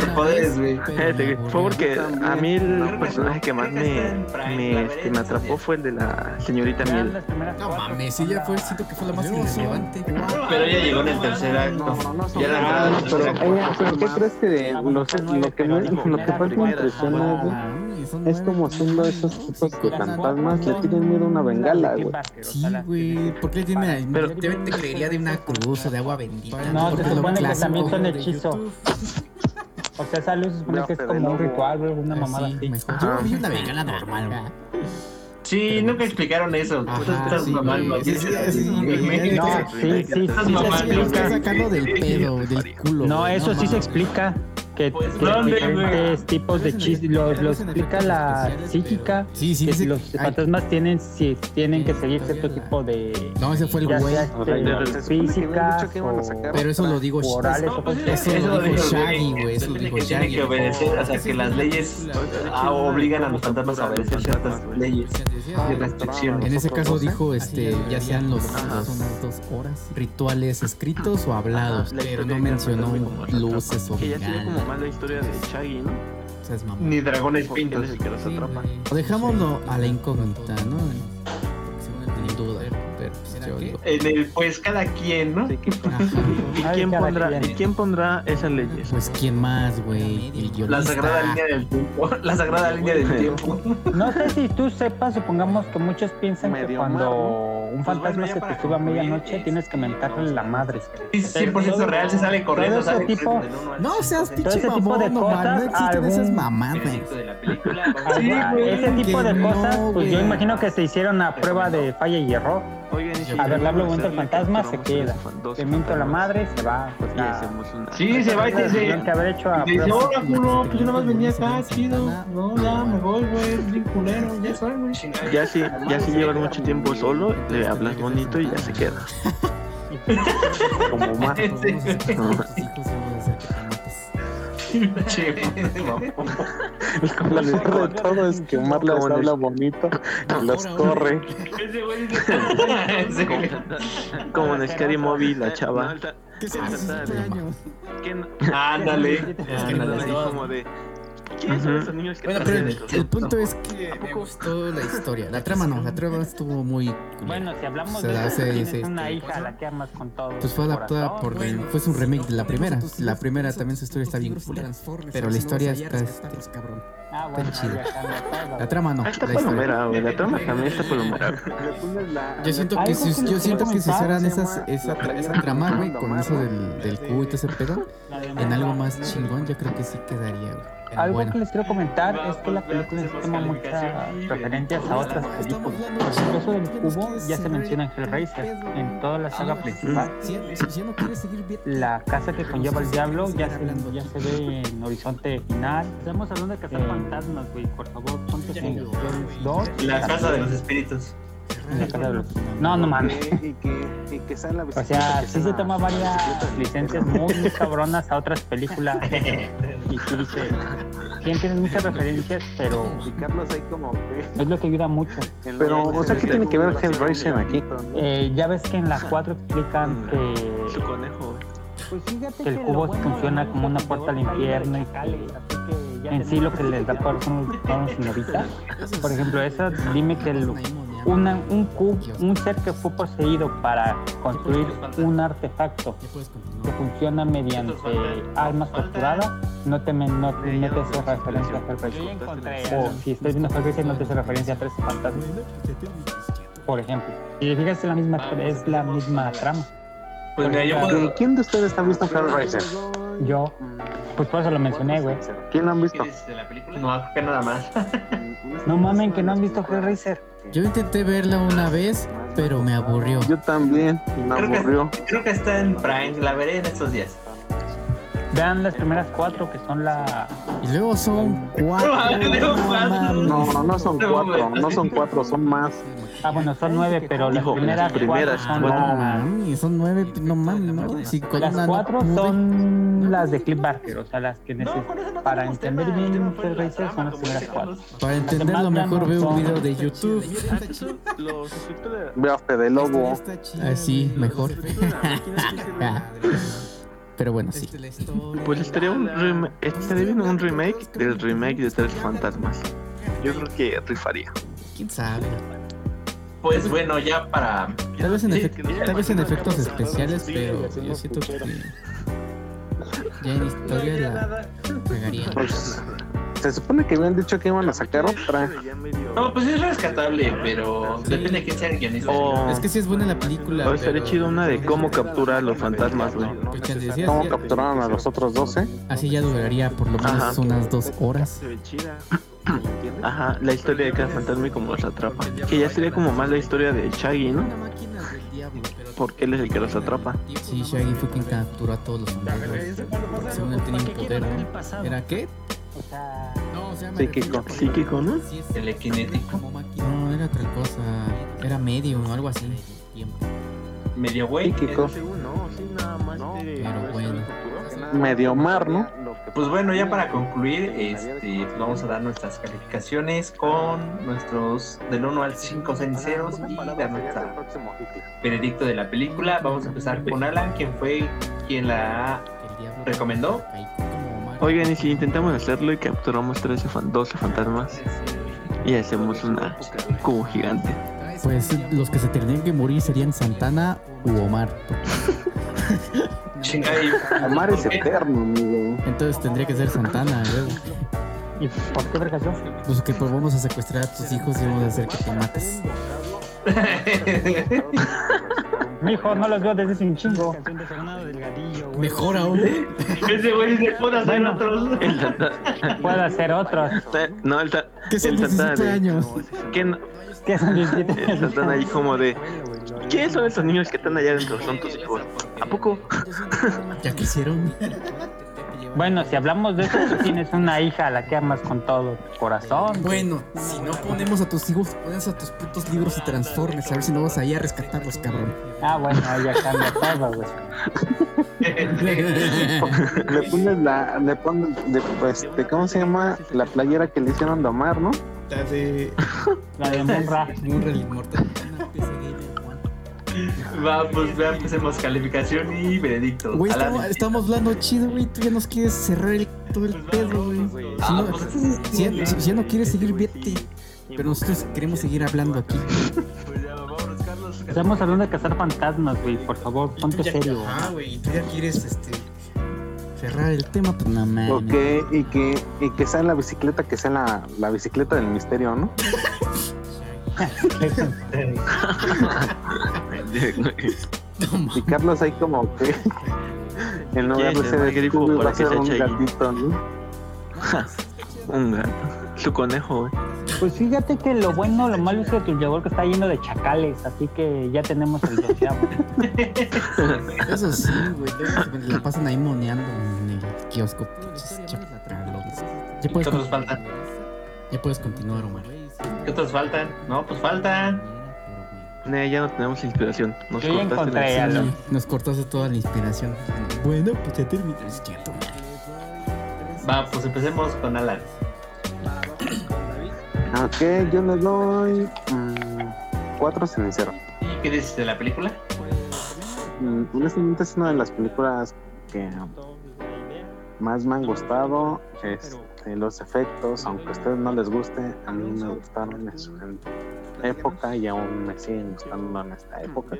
[SPEAKER 1] vez,
[SPEAKER 2] superpoderes, güey.
[SPEAKER 1] pero me
[SPEAKER 7] Fíjate, fue
[SPEAKER 1] aburrió.
[SPEAKER 7] porque a mí el personaje que más me, me, este, me atrapó fue el de la señorita
[SPEAKER 6] Vean
[SPEAKER 7] Miel.
[SPEAKER 6] las primeras
[SPEAKER 5] No
[SPEAKER 6] cuatro,
[SPEAKER 5] mames,
[SPEAKER 6] son
[SPEAKER 5] ella
[SPEAKER 6] la-
[SPEAKER 5] fue, siento que fue la más irrelevante.
[SPEAKER 2] Pero ella llegó en el tercer acto. Ya la
[SPEAKER 3] Ah,
[SPEAKER 2] verdad,
[SPEAKER 3] pero,
[SPEAKER 2] o sea,
[SPEAKER 3] oye, pero ¿qué crees que de
[SPEAKER 6] Ah,
[SPEAKER 3] los,
[SPEAKER 6] son nueve,
[SPEAKER 3] lo que
[SPEAKER 6] pero
[SPEAKER 3] me,
[SPEAKER 6] digo,
[SPEAKER 3] lo que
[SPEAKER 6] la
[SPEAKER 3] más me
[SPEAKER 6] primera
[SPEAKER 3] impresiona,
[SPEAKER 6] son-
[SPEAKER 3] güey, es como son de esos tipos que
[SPEAKER 6] Las
[SPEAKER 3] fantasmas le
[SPEAKER 6] cuatro
[SPEAKER 3] tienen miedo a una
[SPEAKER 6] son las de
[SPEAKER 3] bengala,
[SPEAKER 6] Kim
[SPEAKER 3] güey.
[SPEAKER 6] Barker, o
[SPEAKER 1] Sí,
[SPEAKER 6] sea, las que
[SPEAKER 1] güey.
[SPEAKER 6] dicen
[SPEAKER 1] ¿Por qué le tiene
[SPEAKER 7] Pero-
[SPEAKER 1] Yo te creería de una cruz o de agua bendita?
[SPEAKER 6] No,
[SPEAKER 1] Porque
[SPEAKER 6] se
[SPEAKER 1] lo
[SPEAKER 6] supone que
[SPEAKER 1] clásico Ah,
[SPEAKER 6] también son
[SPEAKER 1] de
[SPEAKER 6] hechizo.
[SPEAKER 1] YouTube.
[SPEAKER 6] O sea, esa luz se supone
[SPEAKER 7] No,
[SPEAKER 6] que es
[SPEAKER 7] pero
[SPEAKER 6] como un
[SPEAKER 7] luego-
[SPEAKER 6] ritual, güey, una mamada Ah.
[SPEAKER 1] Así,
[SPEAKER 6] así.
[SPEAKER 1] mejor.
[SPEAKER 7] Ajá.
[SPEAKER 1] Yo vi una vegana normal, güey.
[SPEAKER 2] Sí, nunca explicaron eso. Tú
[SPEAKER 1] Ajá,
[SPEAKER 2] estás
[SPEAKER 1] sí,
[SPEAKER 2] mamando.
[SPEAKER 1] güey. Sí, sí, sí, sí,
[SPEAKER 2] En
[SPEAKER 1] güey.
[SPEAKER 2] México,
[SPEAKER 6] No, sí, sí,
[SPEAKER 7] Estás
[SPEAKER 6] sí,
[SPEAKER 1] Sí,
[SPEAKER 6] Mamá,
[SPEAKER 1] la señora
[SPEAKER 2] nunca-
[SPEAKER 1] lo está sacando del pedo, del culo.
[SPEAKER 6] No,
[SPEAKER 1] güey,
[SPEAKER 6] eso sí se
[SPEAKER 1] mames.
[SPEAKER 6] explica. Que,
[SPEAKER 2] Pues,
[SPEAKER 6] que
[SPEAKER 2] ¿dónde, güey?
[SPEAKER 6] diferentes tipos de
[SPEAKER 5] Tal vez en
[SPEAKER 6] chistes
[SPEAKER 5] efecto-
[SPEAKER 6] lo,
[SPEAKER 5] tal
[SPEAKER 6] lo
[SPEAKER 5] vez en
[SPEAKER 6] explica
[SPEAKER 5] efectos
[SPEAKER 6] la
[SPEAKER 5] especiales,
[SPEAKER 6] psíquica.
[SPEAKER 5] pero-
[SPEAKER 1] Sí, sí,
[SPEAKER 6] que
[SPEAKER 1] dice-
[SPEAKER 6] los
[SPEAKER 1] ay,
[SPEAKER 6] fantasmas tienen, si, tienen que
[SPEAKER 5] Sí,
[SPEAKER 6] seguir cierto
[SPEAKER 5] todavía la-
[SPEAKER 6] tipo de.
[SPEAKER 1] No, ese fue el
[SPEAKER 6] ya
[SPEAKER 1] güey.
[SPEAKER 6] sea,
[SPEAKER 3] O sea,
[SPEAKER 6] este,
[SPEAKER 7] desde-
[SPEAKER 3] se supone que habían
[SPEAKER 6] físicas
[SPEAKER 3] dicho que iban a sacar-
[SPEAKER 1] Pero eso lo digo
[SPEAKER 6] o orales o cosas
[SPEAKER 1] Eso
[SPEAKER 2] pues
[SPEAKER 1] lo
[SPEAKER 2] Eso lo
[SPEAKER 1] dijo
[SPEAKER 2] dijo
[SPEAKER 1] Shaggy,
[SPEAKER 2] Shaggy.
[SPEAKER 1] güey. Eso lo dijo
[SPEAKER 2] que tiene
[SPEAKER 1] Shaggy.
[SPEAKER 2] que obedecer, o sea, que las leyes ah, obligan a los fantasmas a obedecer ciertas leyes y
[SPEAKER 1] En
[SPEAKER 2] restricciones.
[SPEAKER 1] ese caso dijo, este,
[SPEAKER 5] Así es,
[SPEAKER 1] ya sean los,
[SPEAKER 7] Ajá.
[SPEAKER 1] los- son las dos horas, rituales escritos o hablados,
[SPEAKER 7] Ajá, la
[SPEAKER 1] pero
[SPEAKER 7] historia
[SPEAKER 1] no
[SPEAKER 7] de
[SPEAKER 1] mencionó
[SPEAKER 7] Carmen Gómez.
[SPEAKER 1] luces o
[SPEAKER 7] Que ya sería como
[SPEAKER 1] veganas.
[SPEAKER 7] más la historia de Shaggy, ¿no?
[SPEAKER 1] O sea, es mamón.
[SPEAKER 2] Ni dragones
[SPEAKER 7] Porque él
[SPEAKER 2] pintos.
[SPEAKER 7] es el que los atrapa.
[SPEAKER 1] O Dejámoslo a la incógnita, ¿no? Sin duda, pero pues, yo digo.
[SPEAKER 2] En el, pues cada quien, ¿no?
[SPEAKER 1] Ajá.
[SPEAKER 7] ¿Y
[SPEAKER 6] Ay,
[SPEAKER 7] quién
[SPEAKER 6] cada
[SPEAKER 7] pondrá,
[SPEAKER 6] quien.
[SPEAKER 7] y quién pondrá esas leyes?
[SPEAKER 1] Pues quién más, güey. El guionista.
[SPEAKER 2] La sagrada línea del tiempo. (laughs) La sagrada línea del (laughs) tiempo.
[SPEAKER 6] No sé si tú sepas, supongamos que muchos piensan que
[SPEAKER 7] Medio
[SPEAKER 6] cuando
[SPEAKER 7] mal,
[SPEAKER 6] un
[SPEAKER 2] Pues bueno,
[SPEAKER 6] fantasma
[SPEAKER 2] ya
[SPEAKER 6] se
[SPEAKER 2] para
[SPEAKER 6] te sube a
[SPEAKER 2] concluir,
[SPEAKER 6] medianoche,
[SPEAKER 2] es-
[SPEAKER 6] tienes que mentarle la madre.
[SPEAKER 2] Es 100% real, se sale corriendo.
[SPEAKER 6] Todo ese
[SPEAKER 2] sale
[SPEAKER 6] tipo-
[SPEAKER 2] corriendo del uno al
[SPEAKER 1] No seas
[SPEAKER 2] 100%.
[SPEAKER 1] pinche
[SPEAKER 6] ese tipo
[SPEAKER 1] mamón,
[SPEAKER 6] de
[SPEAKER 1] no mames, no
[SPEAKER 6] cosas,
[SPEAKER 1] existen esas
[SPEAKER 6] algún-
[SPEAKER 1] mamadas.
[SPEAKER 2] Éxito de la película,
[SPEAKER 1] Ah,
[SPEAKER 2] vamos a-
[SPEAKER 6] Algo-
[SPEAKER 2] Sí, güey.
[SPEAKER 6] ese tipo de
[SPEAKER 1] que
[SPEAKER 6] cosas,
[SPEAKER 1] no,
[SPEAKER 6] pues yo
[SPEAKER 1] güey.
[SPEAKER 6] imagino que se hicieron a prueba de falla y error.
[SPEAKER 7] Oigan, y si
[SPEAKER 6] A ver, le hablo
[SPEAKER 7] vamos
[SPEAKER 6] bonito al
[SPEAKER 7] hacerle
[SPEAKER 6] fantasma,
[SPEAKER 7] que
[SPEAKER 6] se
[SPEAKER 7] vamos a hacer
[SPEAKER 6] queda.
[SPEAKER 7] fan- dos
[SPEAKER 6] Le miento a la
[SPEAKER 7] fantasmas.
[SPEAKER 6] madre, se va. Pues,
[SPEAKER 7] Y
[SPEAKER 6] a-
[SPEAKER 7] hacemos una-
[SPEAKER 2] Sí, se va y te
[SPEAKER 6] Lo
[SPEAKER 2] dice.
[SPEAKER 6] tendrían que haber hecho a
[SPEAKER 2] Y dice,
[SPEAKER 6] prueba.
[SPEAKER 2] hola, culo, pues yo nada más venía acá, chido. No, ya, me voy, güey, es bien culero, ya soy, (laughs) güey.
[SPEAKER 7] Ya si, ya si llevas mucho tiempo solo, le hablas bonito y ya se
[SPEAKER 3] (laughs)
[SPEAKER 7] queda. Como más.
[SPEAKER 1] Todos
[SPEAKER 2] Sí.
[SPEAKER 1] esos hijos se van a hacer que te mates.
[SPEAKER 2] Che,
[SPEAKER 7] Como
[SPEAKER 3] Lo
[SPEAKER 7] el
[SPEAKER 3] mejor de todo es que Omar les
[SPEAKER 7] Como
[SPEAKER 3] habla bonito y los corre.
[SPEAKER 2] (laughs) Sí.
[SPEAKER 7] Como en Scary Movie, la chava.
[SPEAKER 1] ¿Qué se
[SPEAKER 7] Ah,
[SPEAKER 1] hace
[SPEAKER 7] sí,
[SPEAKER 1] este
[SPEAKER 7] mamá.
[SPEAKER 1] año?
[SPEAKER 7] ¿Qué no?
[SPEAKER 2] Ándale.
[SPEAKER 7] Ándale,
[SPEAKER 2] ándale.
[SPEAKER 7] como de. ¿Quién son esos niños que
[SPEAKER 5] Bueno,
[SPEAKER 7] te
[SPEAKER 5] pero
[SPEAKER 7] hacen
[SPEAKER 5] el-
[SPEAKER 7] eso?
[SPEAKER 1] El punto es que me gustó la historia. La trama no, la trama estuvo muy. culera.
[SPEAKER 6] Bueno, si hablamos
[SPEAKER 1] Se
[SPEAKER 6] de
[SPEAKER 1] da-
[SPEAKER 6] eso,
[SPEAKER 1] se-
[SPEAKER 6] tienes
[SPEAKER 1] se-
[SPEAKER 6] una
[SPEAKER 1] este,
[SPEAKER 6] hija a la que amas con todo.
[SPEAKER 1] Pues fue
[SPEAKER 6] tu
[SPEAKER 1] adaptada
[SPEAKER 6] corazón.
[SPEAKER 1] por. Fue su remake de la primera. La primera también su historia está bien culera. Pero la historia está. este, Ah, bueno, la trama no.
[SPEAKER 7] Esta palomera, güey. La trama también está palomera.
[SPEAKER 1] Yo siento que si, yo siento que si hicieran esas, esa, esa trama, güey, con eso del, del cubo y todo ese pedo, en algo más chingón, yo creo que sí quedaría, güey.
[SPEAKER 6] Algo bueno. que les quiero comentar es que la película toma muchas referencias a otras películas. Por eso del cubo ya se menciona en Hellraiser, en toda la saga principal. La casa que conlleva el diablo ya se, ya se ve en Horizonte Final. Eh,
[SPEAKER 10] Estamos hablando de cazar fantasmas, güey, por favor, ponte serio.
[SPEAKER 9] La casa de los espíritus.
[SPEAKER 6] No, no mames.
[SPEAKER 3] Y que, y que sea la
[SPEAKER 6] o sea, sí se toma varias licencias muy cabronas a otras películas. y tú dices, sí tienes muchas referencias, pero.
[SPEAKER 3] Carlos ahí como.
[SPEAKER 6] Es lo que ayuda mucho.
[SPEAKER 7] Pero, o sea, ¿qué tiene que ver Hellraiser aquí?
[SPEAKER 6] Eh, ya ves que en la 4 explican que.
[SPEAKER 9] Su conejo.
[SPEAKER 6] Pues que el cubo bueno funciona como una puerta al infierno y que en sí lo que les da (laughs) por son, son señoritas. Por ejemplo, esa, dime que el, una, un, cubo, un ser que fue poseído para construir un artefacto que funciona mediante armas torturadas, no te, no, no te hace referencia a Hellraiser. O si estoy viendo Hellraiser, no te hace referencia a tres fantasmas. Por ejemplo, si te fijas, es la misma, es pues, la misma trama.
[SPEAKER 9] Pues mira, yo puedo...
[SPEAKER 7] ¿Quién de ustedes ha visto Hellraiser?
[SPEAKER 6] Yo. Pues por eso lo mencioné, güey.
[SPEAKER 7] Oh, ¿Quién lo han visto?
[SPEAKER 9] No, que nada más.
[SPEAKER 6] no mamen, que no han visto Hellraiser.
[SPEAKER 1] Yo intenté verla una vez, pero me aburrió.
[SPEAKER 7] Yo también, me
[SPEAKER 9] creo
[SPEAKER 7] aburrió.
[SPEAKER 9] Que, creo que está en Prime, la veré en estos días.
[SPEAKER 6] Vean las primeras cuatro que son la.
[SPEAKER 1] Y luego son
[SPEAKER 7] (laughs)
[SPEAKER 1] cuatro.
[SPEAKER 7] No, no, no son cuatro, no son cuatro, son más.
[SPEAKER 6] Ah, bueno, son nueve, pero las Hijo, primeras, primeras son,
[SPEAKER 1] cuatro Ah, no, mami, son nueve, no mames, ¿no?
[SPEAKER 6] Si las cuatro no, son no, las de Clip Barker, o sea, las que necesitas. para entender bien Hellraiser son las primeras cuatro.
[SPEAKER 1] Para entenderlo mejor veo un video de YouTube.
[SPEAKER 7] Veo de Lobo.
[SPEAKER 1] Así, ah, mejor. (laughs) Pero bueno, sí.
[SPEAKER 7] Pues estaría, un estaría bien un remake del remake de Tres Fantasmas. Yo creo que rifaría.
[SPEAKER 1] ¿Quién sabe?
[SPEAKER 9] pues bueno, ya para.
[SPEAKER 1] Tal vez en, efect tal vez en efectos especiales, pero yo siento que. Ya en historia la pegaría.
[SPEAKER 7] Pues, se supone que habían dicho que iban a sacar otra. Ah,
[SPEAKER 9] No, pues es rescatable, pero sí. depende de quién sea el guionista.
[SPEAKER 1] Oh. Es que sí es buena la película.
[SPEAKER 7] Hoy estaría chido una de cómo capturar a los fantasmas, güey. Pues ¿Cómo capturaron a los otros 12?
[SPEAKER 1] Así ya duraría por lo menos Ajá. unas dos horas.
[SPEAKER 7] (clears throat) Ajá, la historia de cada fantasma y cómo los atrapa. Que ya sería como más la historia de Shaggy, ¿no? Porque él es el que los atrapa.
[SPEAKER 1] Sí, Shaggy fue quien capturó a todos los fantasmas. Según él tenía un poder, ¿no? ¿eh? ¿Era qué?
[SPEAKER 7] O sea, no, o sea, psíquico, psíquico, ¿no?
[SPEAKER 9] Telequinético.
[SPEAKER 1] No, era otra cosa. Era medio o algo así.
[SPEAKER 9] Medio güey.
[SPEAKER 7] Psíquico.
[SPEAKER 1] Pero bueno.
[SPEAKER 7] Medio mar, ¿no?
[SPEAKER 9] Pues bueno, ya para concluir, este, vamos a dar nuestras calificaciones con nuestros del 1 al 5 ceniceros y dar nuestra veredicto de la película. Vamos a empezar con Alan, quien fue quien la recomendó.
[SPEAKER 7] Oigan, y si intentamos hacerlo y capturamos 13 fan 12 fantasmas y hacemos una cubo gigante.
[SPEAKER 1] Pues los que se tendrían que morir serían Santana u Omar.
[SPEAKER 7] Omar es eterno, amigo.
[SPEAKER 1] Entonces tendría que ser Santana, luego.
[SPEAKER 6] ¿Y por qué verga yo?
[SPEAKER 1] Pues que pues, vamos a secuestrar a tus hijos y vamos a hacer que te mates.
[SPEAKER 6] Mijo, no los veo desde sin chingo.
[SPEAKER 1] Mejor aún.
[SPEAKER 9] Ese güey dice, puedo hacer bueno, otros.
[SPEAKER 6] Puedo hacer otros. (laughs)
[SPEAKER 7] No, el, ta,
[SPEAKER 1] ¿Qué son
[SPEAKER 7] el
[SPEAKER 1] 17 años?
[SPEAKER 7] ¿Qué, no?
[SPEAKER 6] ¿Qué (laughs) son 17 años?
[SPEAKER 7] El tatán ahí como de... ¿Qué son esos niños que están allá dentro? Son tus hijos. ¿A poco?
[SPEAKER 1] ya quisieron.
[SPEAKER 6] Bueno, si hablamos de eso, tú tienes una hija a la que amas con todo tu corazón.
[SPEAKER 1] Bueno, si no ponemos a tus hijos, pones a tus putos libros y transformes, a ver si no vas ahí a rescatarlos, cabrón.
[SPEAKER 6] Ah, bueno, ahí ya cambia todo, güey.
[SPEAKER 7] le pones la, le pones, pues, de, ¿cómo se llama? La playera que le hicieron domar, ¿no?
[SPEAKER 1] La de...
[SPEAKER 6] La de Murra.
[SPEAKER 1] Murra el inmortal.
[SPEAKER 9] Va, pues vean, hacemos calificación y veredicto.
[SPEAKER 1] Güey, estamos, estamos, hablando chido, güey. Tú ya nos quieres cerrar el, todo el pedo, güey. Si, no, si, si, ya no quieres seguir, vete. Pero nosotros queremos seguir hablando aquí.
[SPEAKER 6] Estamos hablando de cazar fantasmas, güey. Por favor, ponte serio.
[SPEAKER 1] Ah, güey, tú ya quieres este. cerrar el tema, pues no mames.
[SPEAKER 3] Ok, y que, y que sea la bicicleta, que sea la, la bicicleta del misterio, ¿no? y Carlos ahí como que en lugar de ser el tipo para que se un gatito, ¿no?
[SPEAKER 7] (laughs)
[SPEAKER 9] un gato. Su conejo, güey.
[SPEAKER 6] Pues fíjate que lo bueno, lo malo es que tu yogurt está lleno de chacales, así que ya tenemos el doceavo.
[SPEAKER 1] Eso sí, güey. todos La pasan ahí moneando en el kiosco. Ya puedes,
[SPEAKER 9] otros faltan?
[SPEAKER 1] ya puedes continuar, Omar.
[SPEAKER 9] ¿Qué otros faltan? No, pues faltan.
[SPEAKER 7] Nah, ya no tenemos inspiración. Nos
[SPEAKER 6] Yo ya
[SPEAKER 7] cortaste
[SPEAKER 6] encontré
[SPEAKER 7] la-
[SPEAKER 6] algo.
[SPEAKER 1] Sí, nos cortaste toda la inspiración. Bueno, pues ya terminó. Es que tu madre.
[SPEAKER 9] Va, pues empecemos con Alan.
[SPEAKER 3] Ok, yo le doy mm, cuatro ceniceros.
[SPEAKER 9] ¿Y qué dices de la película?
[SPEAKER 3] Mm, Honestamente es una de las películas que más me han gustado. Este, los efectos, aunque a ustedes no les guste, a mí me gustaron en su época y aún me siguen gustando en esta época.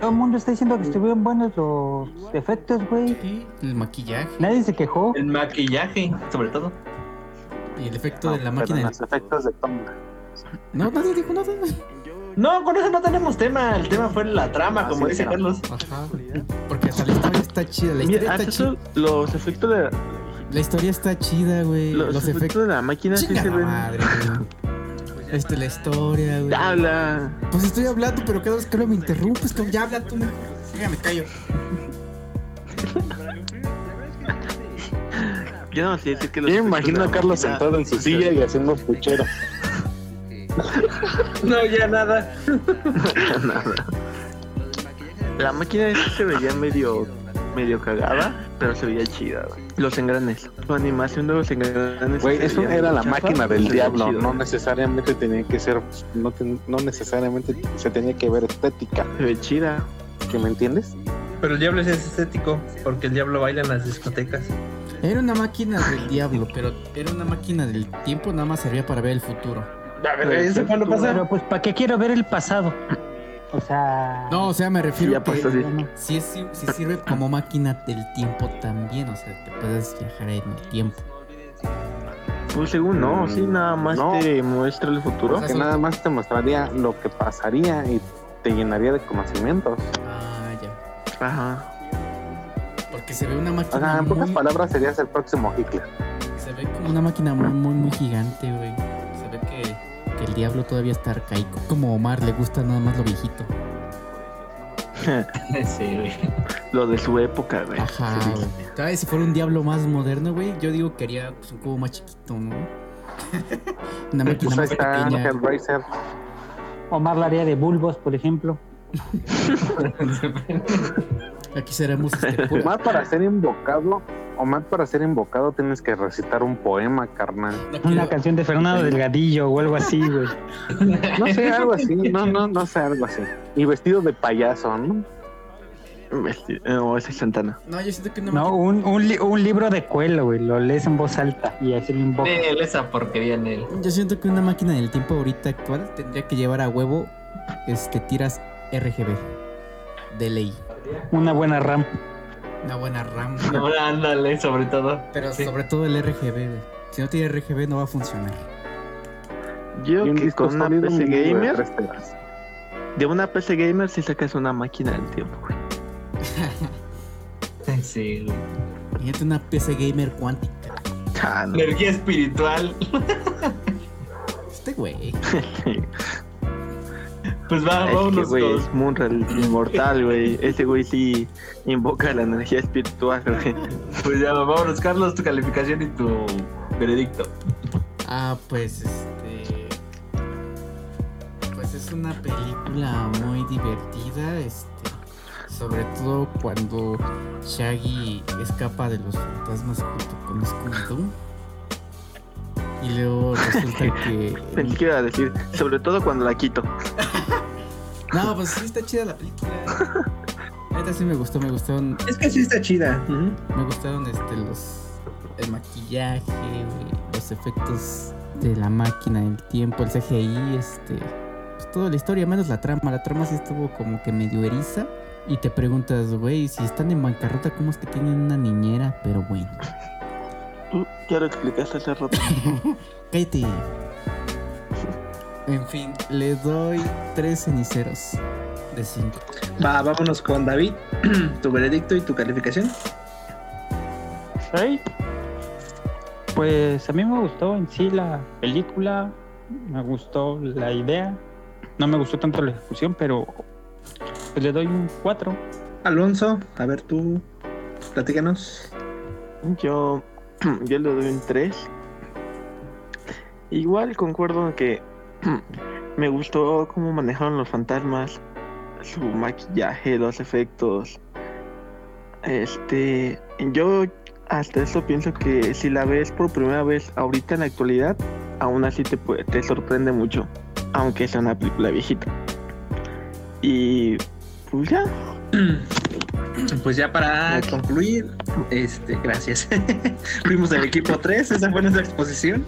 [SPEAKER 6] Todo el mundo está diciendo que estuvieron buenos los efectos, güey.
[SPEAKER 1] Y el maquillaje
[SPEAKER 6] Nadie se quejó.
[SPEAKER 9] El maquillaje, sobre todo.
[SPEAKER 1] y el efecto de la
[SPEAKER 3] Pero
[SPEAKER 1] máquina. del-
[SPEAKER 3] los efectos de Tom
[SPEAKER 1] No, nadie dijo nada.
[SPEAKER 9] No, con eso no tenemos tema. El tema fue la
[SPEAKER 3] Ah,
[SPEAKER 9] trama, como dice Carlos.
[SPEAKER 1] Ajá. (laughs) Porque hasta la historia está chida. La historia
[SPEAKER 7] Mira,
[SPEAKER 1] está
[SPEAKER 7] antes
[SPEAKER 1] chida.
[SPEAKER 7] los efectos de
[SPEAKER 1] La historia está chida, güey.
[SPEAKER 7] los,
[SPEAKER 1] Los,
[SPEAKER 7] efectos,
[SPEAKER 1] efectos.
[SPEAKER 7] de la máquina sí
[SPEAKER 1] Chinga
[SPEAKER 7] se
[SPEAKER 1] la
[SPEAKER 7] ven.
[SPEAKER 1] madre, güey. Este, la historia, güey.
[SPEAKER 7] Habla.
[SPEAKER 1] Pues estoy hablando, pero cada vez que hablo me interrumpes. como, Ya habla tú mejor. Ya me callo.
[SPEAKER 7] Yo no sé decir que
[SPEAKER 3] Yo
[SPEAKER 7] los efectos
[SPEAKER 3] me
[SPEAKER 7] de
[SPEAKER 3] imagino
[SPEAKER 7] la
[SPEAKER 3] a Carlos
[SPEAKER 7] máquina-
[SPEAKER 3] sentado en su silla y haciendo puchero.
[SPEAKER 9] No, ya nada.
[SPEAKER 7] La máquina sí se veía medio medio cagada, pero se veía chida. güey. Los engranes, su animación de los engranes.
[SPEAKER 3] Güey,
[SPEAKER 7] se
[SPEAKER 3] eso
[SPEAKER 7] veía
[SPEAKER 3] era
[SPEAKER 7] muy
[SPEAKER 3] la
[SPEAKER 7] chafa,
[SPEAKER 3] máquina
[SPEAKER 7] pero
[SPEAKER 3] del
[SPEAKER 7] se veía
[SPEAKER 3] diablo.
[SPEAKER 7] chido.
[SPEAKER 3] No necesariamente tenía que ser, no, ten- no necesariamente se tenía que ver estética.
[SPEAKER 7] Se ve chida.
[SPEAKER 3] ¿Que me entiendes?
[SPEAKER 9] Pero el diablo es estético, porque el diablo baila en las discotecas.
[SPEAKER 1] Era una máquina del diablo, pero era una máquina del tiempo, nada más servía para ver el futuro.
[SPEAKER 9] ¿Eso cuándo pasa?
[SPEAKER 6] Pero pues, ¿para qué quiero ver el pasado? O sea.
[SPEAKER 1] No, o sea, me refiero
[SPEAKER 7] Ya
[SPEAKER 1] a que
[SPEAKER 7] pasó, sí.
[SPEAKER 1] si, es, si sirve como máquina del tiempo también, o sea, que puedes viajar en el tiempo.
[SPEAKER 7] Pues según no, sí, nada más
[SPEAKER 3] Mm, No.
[SPEAKER 7] te muestra el futuro.
[SPEAKER 1] O sea,
[SPEAKER 3] Que nada más te mostraría lo que pasaría y te llenaría de conocimientos.
[SPEAKER 1] Ah, ya.
[SPEAKER 7] Ajá.
[SPEAKER 1] Porque se ve una máquina
[SPEAKER 3] O sea, en pocas
[SPEAKER 1] muy,
[SPEAKER 3] palabras serías el próximo Hitler.
[SPEAKER 1] se ve como una máquina muy, muy, muy gigante, güey. Se ve que, que el diablo todavía está arcaico. Como a Omar le gusta nada más lo viejito.
[SPEAKER 9] Sí, güey.
[SPEAKER 7] Lo de su época,
[SPEAKER 3] Ah.
[SPEAKER 7] güey.
[SPEAKER 1] Ajá,
[SPEAKER 7] Sí.
[SPEAKER 1] güey. Tal vez si fuera un diablo más moderno, güey, yo digo que haría pues, un cubo más chiquito, ¿no? una máquina
[SPEAKER 3] Pues ahí
[SPEAKER 1] más
[SPEAKER 3] está
[SPEAKER 1] pequeña.
[SPEAKER 3] Hellraiser.
[SPEAKER 6] Omar la haría de bulbos, por ejemplo.
[SPEAKER 1] Aquí seremos este, pura-
[SPEAKER 3] Omar, Pues (laughs) para ser invocado, Omar, para ser invocado tienes que recitar un poema, carnal.
[SPEAKER 1] no quiero-
[SPEAKER 6] Una canción de Fernando Delgadillo o algo así, güey.
[SPEAKER 3] No (laughs) sé, algo así. No, no, no sé, algo así. Y vestido de payaso, ¿no?
[SPEAKER 7] Vesti- No, esa es eh, Santana.
[SPEAKER 1] No, yo siento que una
[SPEAKER 6] No,
[SPEAKER 1] máquina-
[SPEAKER 6] un, un, li- un libro de cuelo, güey. Lo lees en voz alta y así lo invocas.
[SPEAKER 9] Nel, esa porquería en él.
[SPEAKER 1] Yo siento que una máquina del tiempo ahorita actual tendría que llevar a huevo este tiras RGB de ley.
[SPEAKER 6] Una buena RAM.
[SPEAKER 1] Una buena RAM.
[SPEAKER 9] No, ándale, sobre todo.
[SPEAKER 1] Pero
[SPEAKER 9] Sí.
[SPEAKER 1] sobre todo el RGB, güey. Si no tiene RGB no va a funcionar.
[SPEAKER 7] Yo
[SPEAKER 3] Y un
[SPEAKER 7] que
[SPEAKER 3] disco
[SPEAKER 7] con una
[SPEAKER 3] sólido,
[SPEAKER 7] PC
[SPEAKER 3] un disco de
[SPEAKER 7] gamer,
[SPEAKER 3] tres teras.
[SPEAKER 7] de una PC gamer sí sacas una máquina del tiempo, güey.
[SPEAKER 9] Sí, güey.
[SPEAKER 1] Fíjate una PC gamer cuántica.
[SPEAKER 7] Ah, no.
[SPEAKER 9] Energía espiritual.
[SPEAKER 1] Este güey.
[SPEAKER 9] Pues va,
[SPEAKER 7] Es que,
[SPEAKER 9] vámonos
[SPEAKER 7] güey,
[SPEAKER 9] con-
[SPEAKER 7] es Munral inmortal, güey. Ese güey sí invoca la energía espiritual, güey. (laughs)
[SPEAKER 9] Pues ya, vámonos, Carlos, tu calificación y tu veredicto.
[SPEAKER 1] Ah, pues este. Pues es una película muy divertida, este. Sobre todo cuando Shaggy escapa de los fantasmas junto con Scooby-Doo. Y luego resulta
[SPEAKER 7] Pensé
[SPEAKER 1] que.
[SPEAKER 7] que iba a decir, sobre todo cuando la quito.
[SPEAKER 1] No, pues sí está chida la película.
[SPEAKER 9] (laughs)
[SPEAKER 1] Ahorita sí me gustó, me gustaron,
[SPEAKER 9] Es que sí está chida.
[SPEAKER 1] me gustaron este los el maquillaje, güey, los efectos de la máquina, el tiempo, el CGI, este, pues toda la historia menos la trama, la trama sí estuvo como que medio eriza, Y te preguntas, güey, si están en bancarrota, ¿cómo es que tienen una niñera? Pero bueno.
[SPEAKER 7] Tú ya lo explicaste hace rato.
[SPEAKER 9] (laughs)
[SPEAKER 1] Cállate. En fin, le doy tres ceniceros de cinco.
[SPEAKER 2] Va, vámonos con David. (clears throat) tu veredicto y tu calificación.
[SPEAKER 6] ¿Ay? Pues a mí me gustó en sí la película, me gustó la idea, no me gustó tanto la ejecución, pero pues le doy un 4.
[SPEAKER 2] Alonso, a ver tú, platícanos.
[SPEAKER 7] Yo, (clears throat) yo le doy un 3. Igual concuerdo en que (clears throat) me gustó cómo manejaron los fantasmas, su maquillaje, los efectos. Este, yo hasta eso pienso que si la ves por primera vez ahorita en la actualidad, aún así te, puede, te sorprende mucho, aunque sea una película viejita. Y pues ya.
[SPEAKER 2] Pues ya para okay. concluir, este, gracias. (laughs) Fuimos del equipo 3, esa fue nuestra exposición.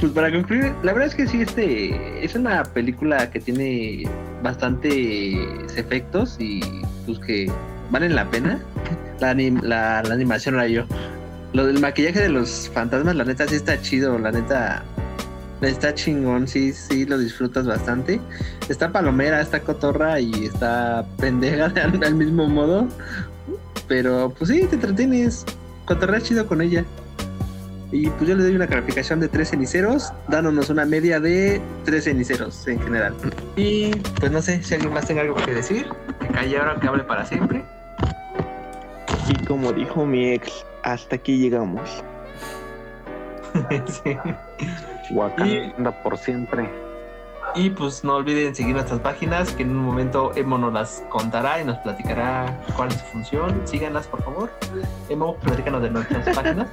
[SPEAKER 2] pues para concluir, la verdad es que sí, este es una película que tiene bastantes efectos y pues que valen la pena. La, anim la, la animación la yo. Lo del maquillaje de los fantasmas, la neta sí está chido, la neta está chingón, sí, sí, lo disfrutas bastante. Está palomera, está cotorra y está pendeja al, al mismo modo. Pero pues sí, te entretienes, cotorreas chido con ella. Y pues yo le doy una calificación de tres ceniceros, dándonos una media de tres ceniceros en general. Y pues no sé si alguien más tenga algo que decir.
[SPEAKER 14] Que calle ahora que hable para
[SPEAKER 2] (laughs)
[SPEAKER 14] siempre.
[SPEAKER 7] Y como dijo mi ex, hasta aquí llegamos.
[SPEAKER 3] sí. Wakanda y, por siempre.
[SPEAKER 14] Y pues no olviden seguir nuestras páginas, que en un momento Emo nos las contará y nos platicará cuál es su función. Síganlas, por favor. Emo, platícanos de nuestras páginas.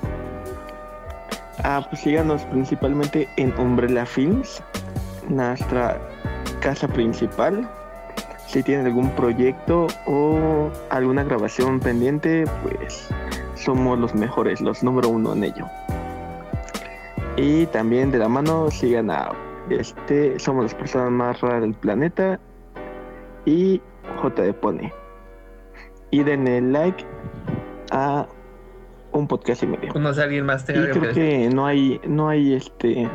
[SPEAKER 7] Ah, pues síganos principalmente en Umbrella Films, nuestra casa principal. Si tienen algún proyecto o alguna grabación pendiente, pues somos los mejores, los número uno en ello. Y también de la mano sigan a este Somos las personas más raras del planeta y J de Pone. Y denle like a un podcast y medio.
[SPEAKER 2] pues, No sé alguien más
[SPEAKER 7] tenga y creo que, que no hay, no hay este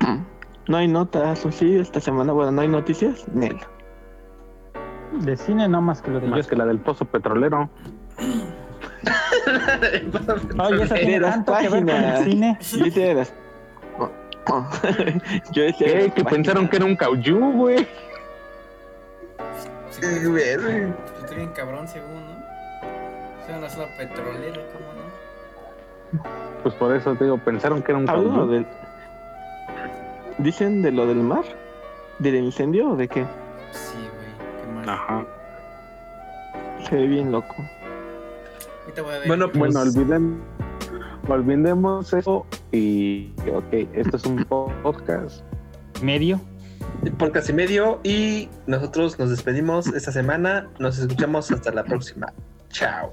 [SPEAKER 7] (clears throat) no hay notas, o sí, esta semana, bueno, no hay noticias, Nel.
[SPEAKER 6] De cine no más que lo de
[SPEAKER 3] Más que la del pozo petrolero.
[SPEAKER 2] (laughs) pues,
[SPEAKER 6] Oye, eso tiene tanto que ver con el cine.
[SPEAKER 7] Yo las... (laughs) Yo decía
[SPEAKER 3] ¿Qué? Las que pensaron que era un cauchú, güey.
[SPEAKER 5] Sí, güey. Estoy bien cabrón, según, ¿no? Soy una sola petrolera, ¿cómo no?
[SPEAKER 3] Pues por eso te digo, pensaron que era un
[SPEAKER 7] cauchú. Del... ¿Dicen de lo del mar? ¿Del incendio o de qué?
[SPEAKER 5] Sí, güey, qué mal.
[SPEAKER 3] Ajá.
[SPEAKER 7] Se ve bien loco.
[SPEAKER 3] Bueno, pues... bueno, olviden, olvidemos eso y ok, esto es un podcast.
[SPEAKER 6] Medio.
[SPEAKER 2] Podcast y medio y nosotros nos despedimos esta semana. Nos escuchamos hasta la próxima. Chao.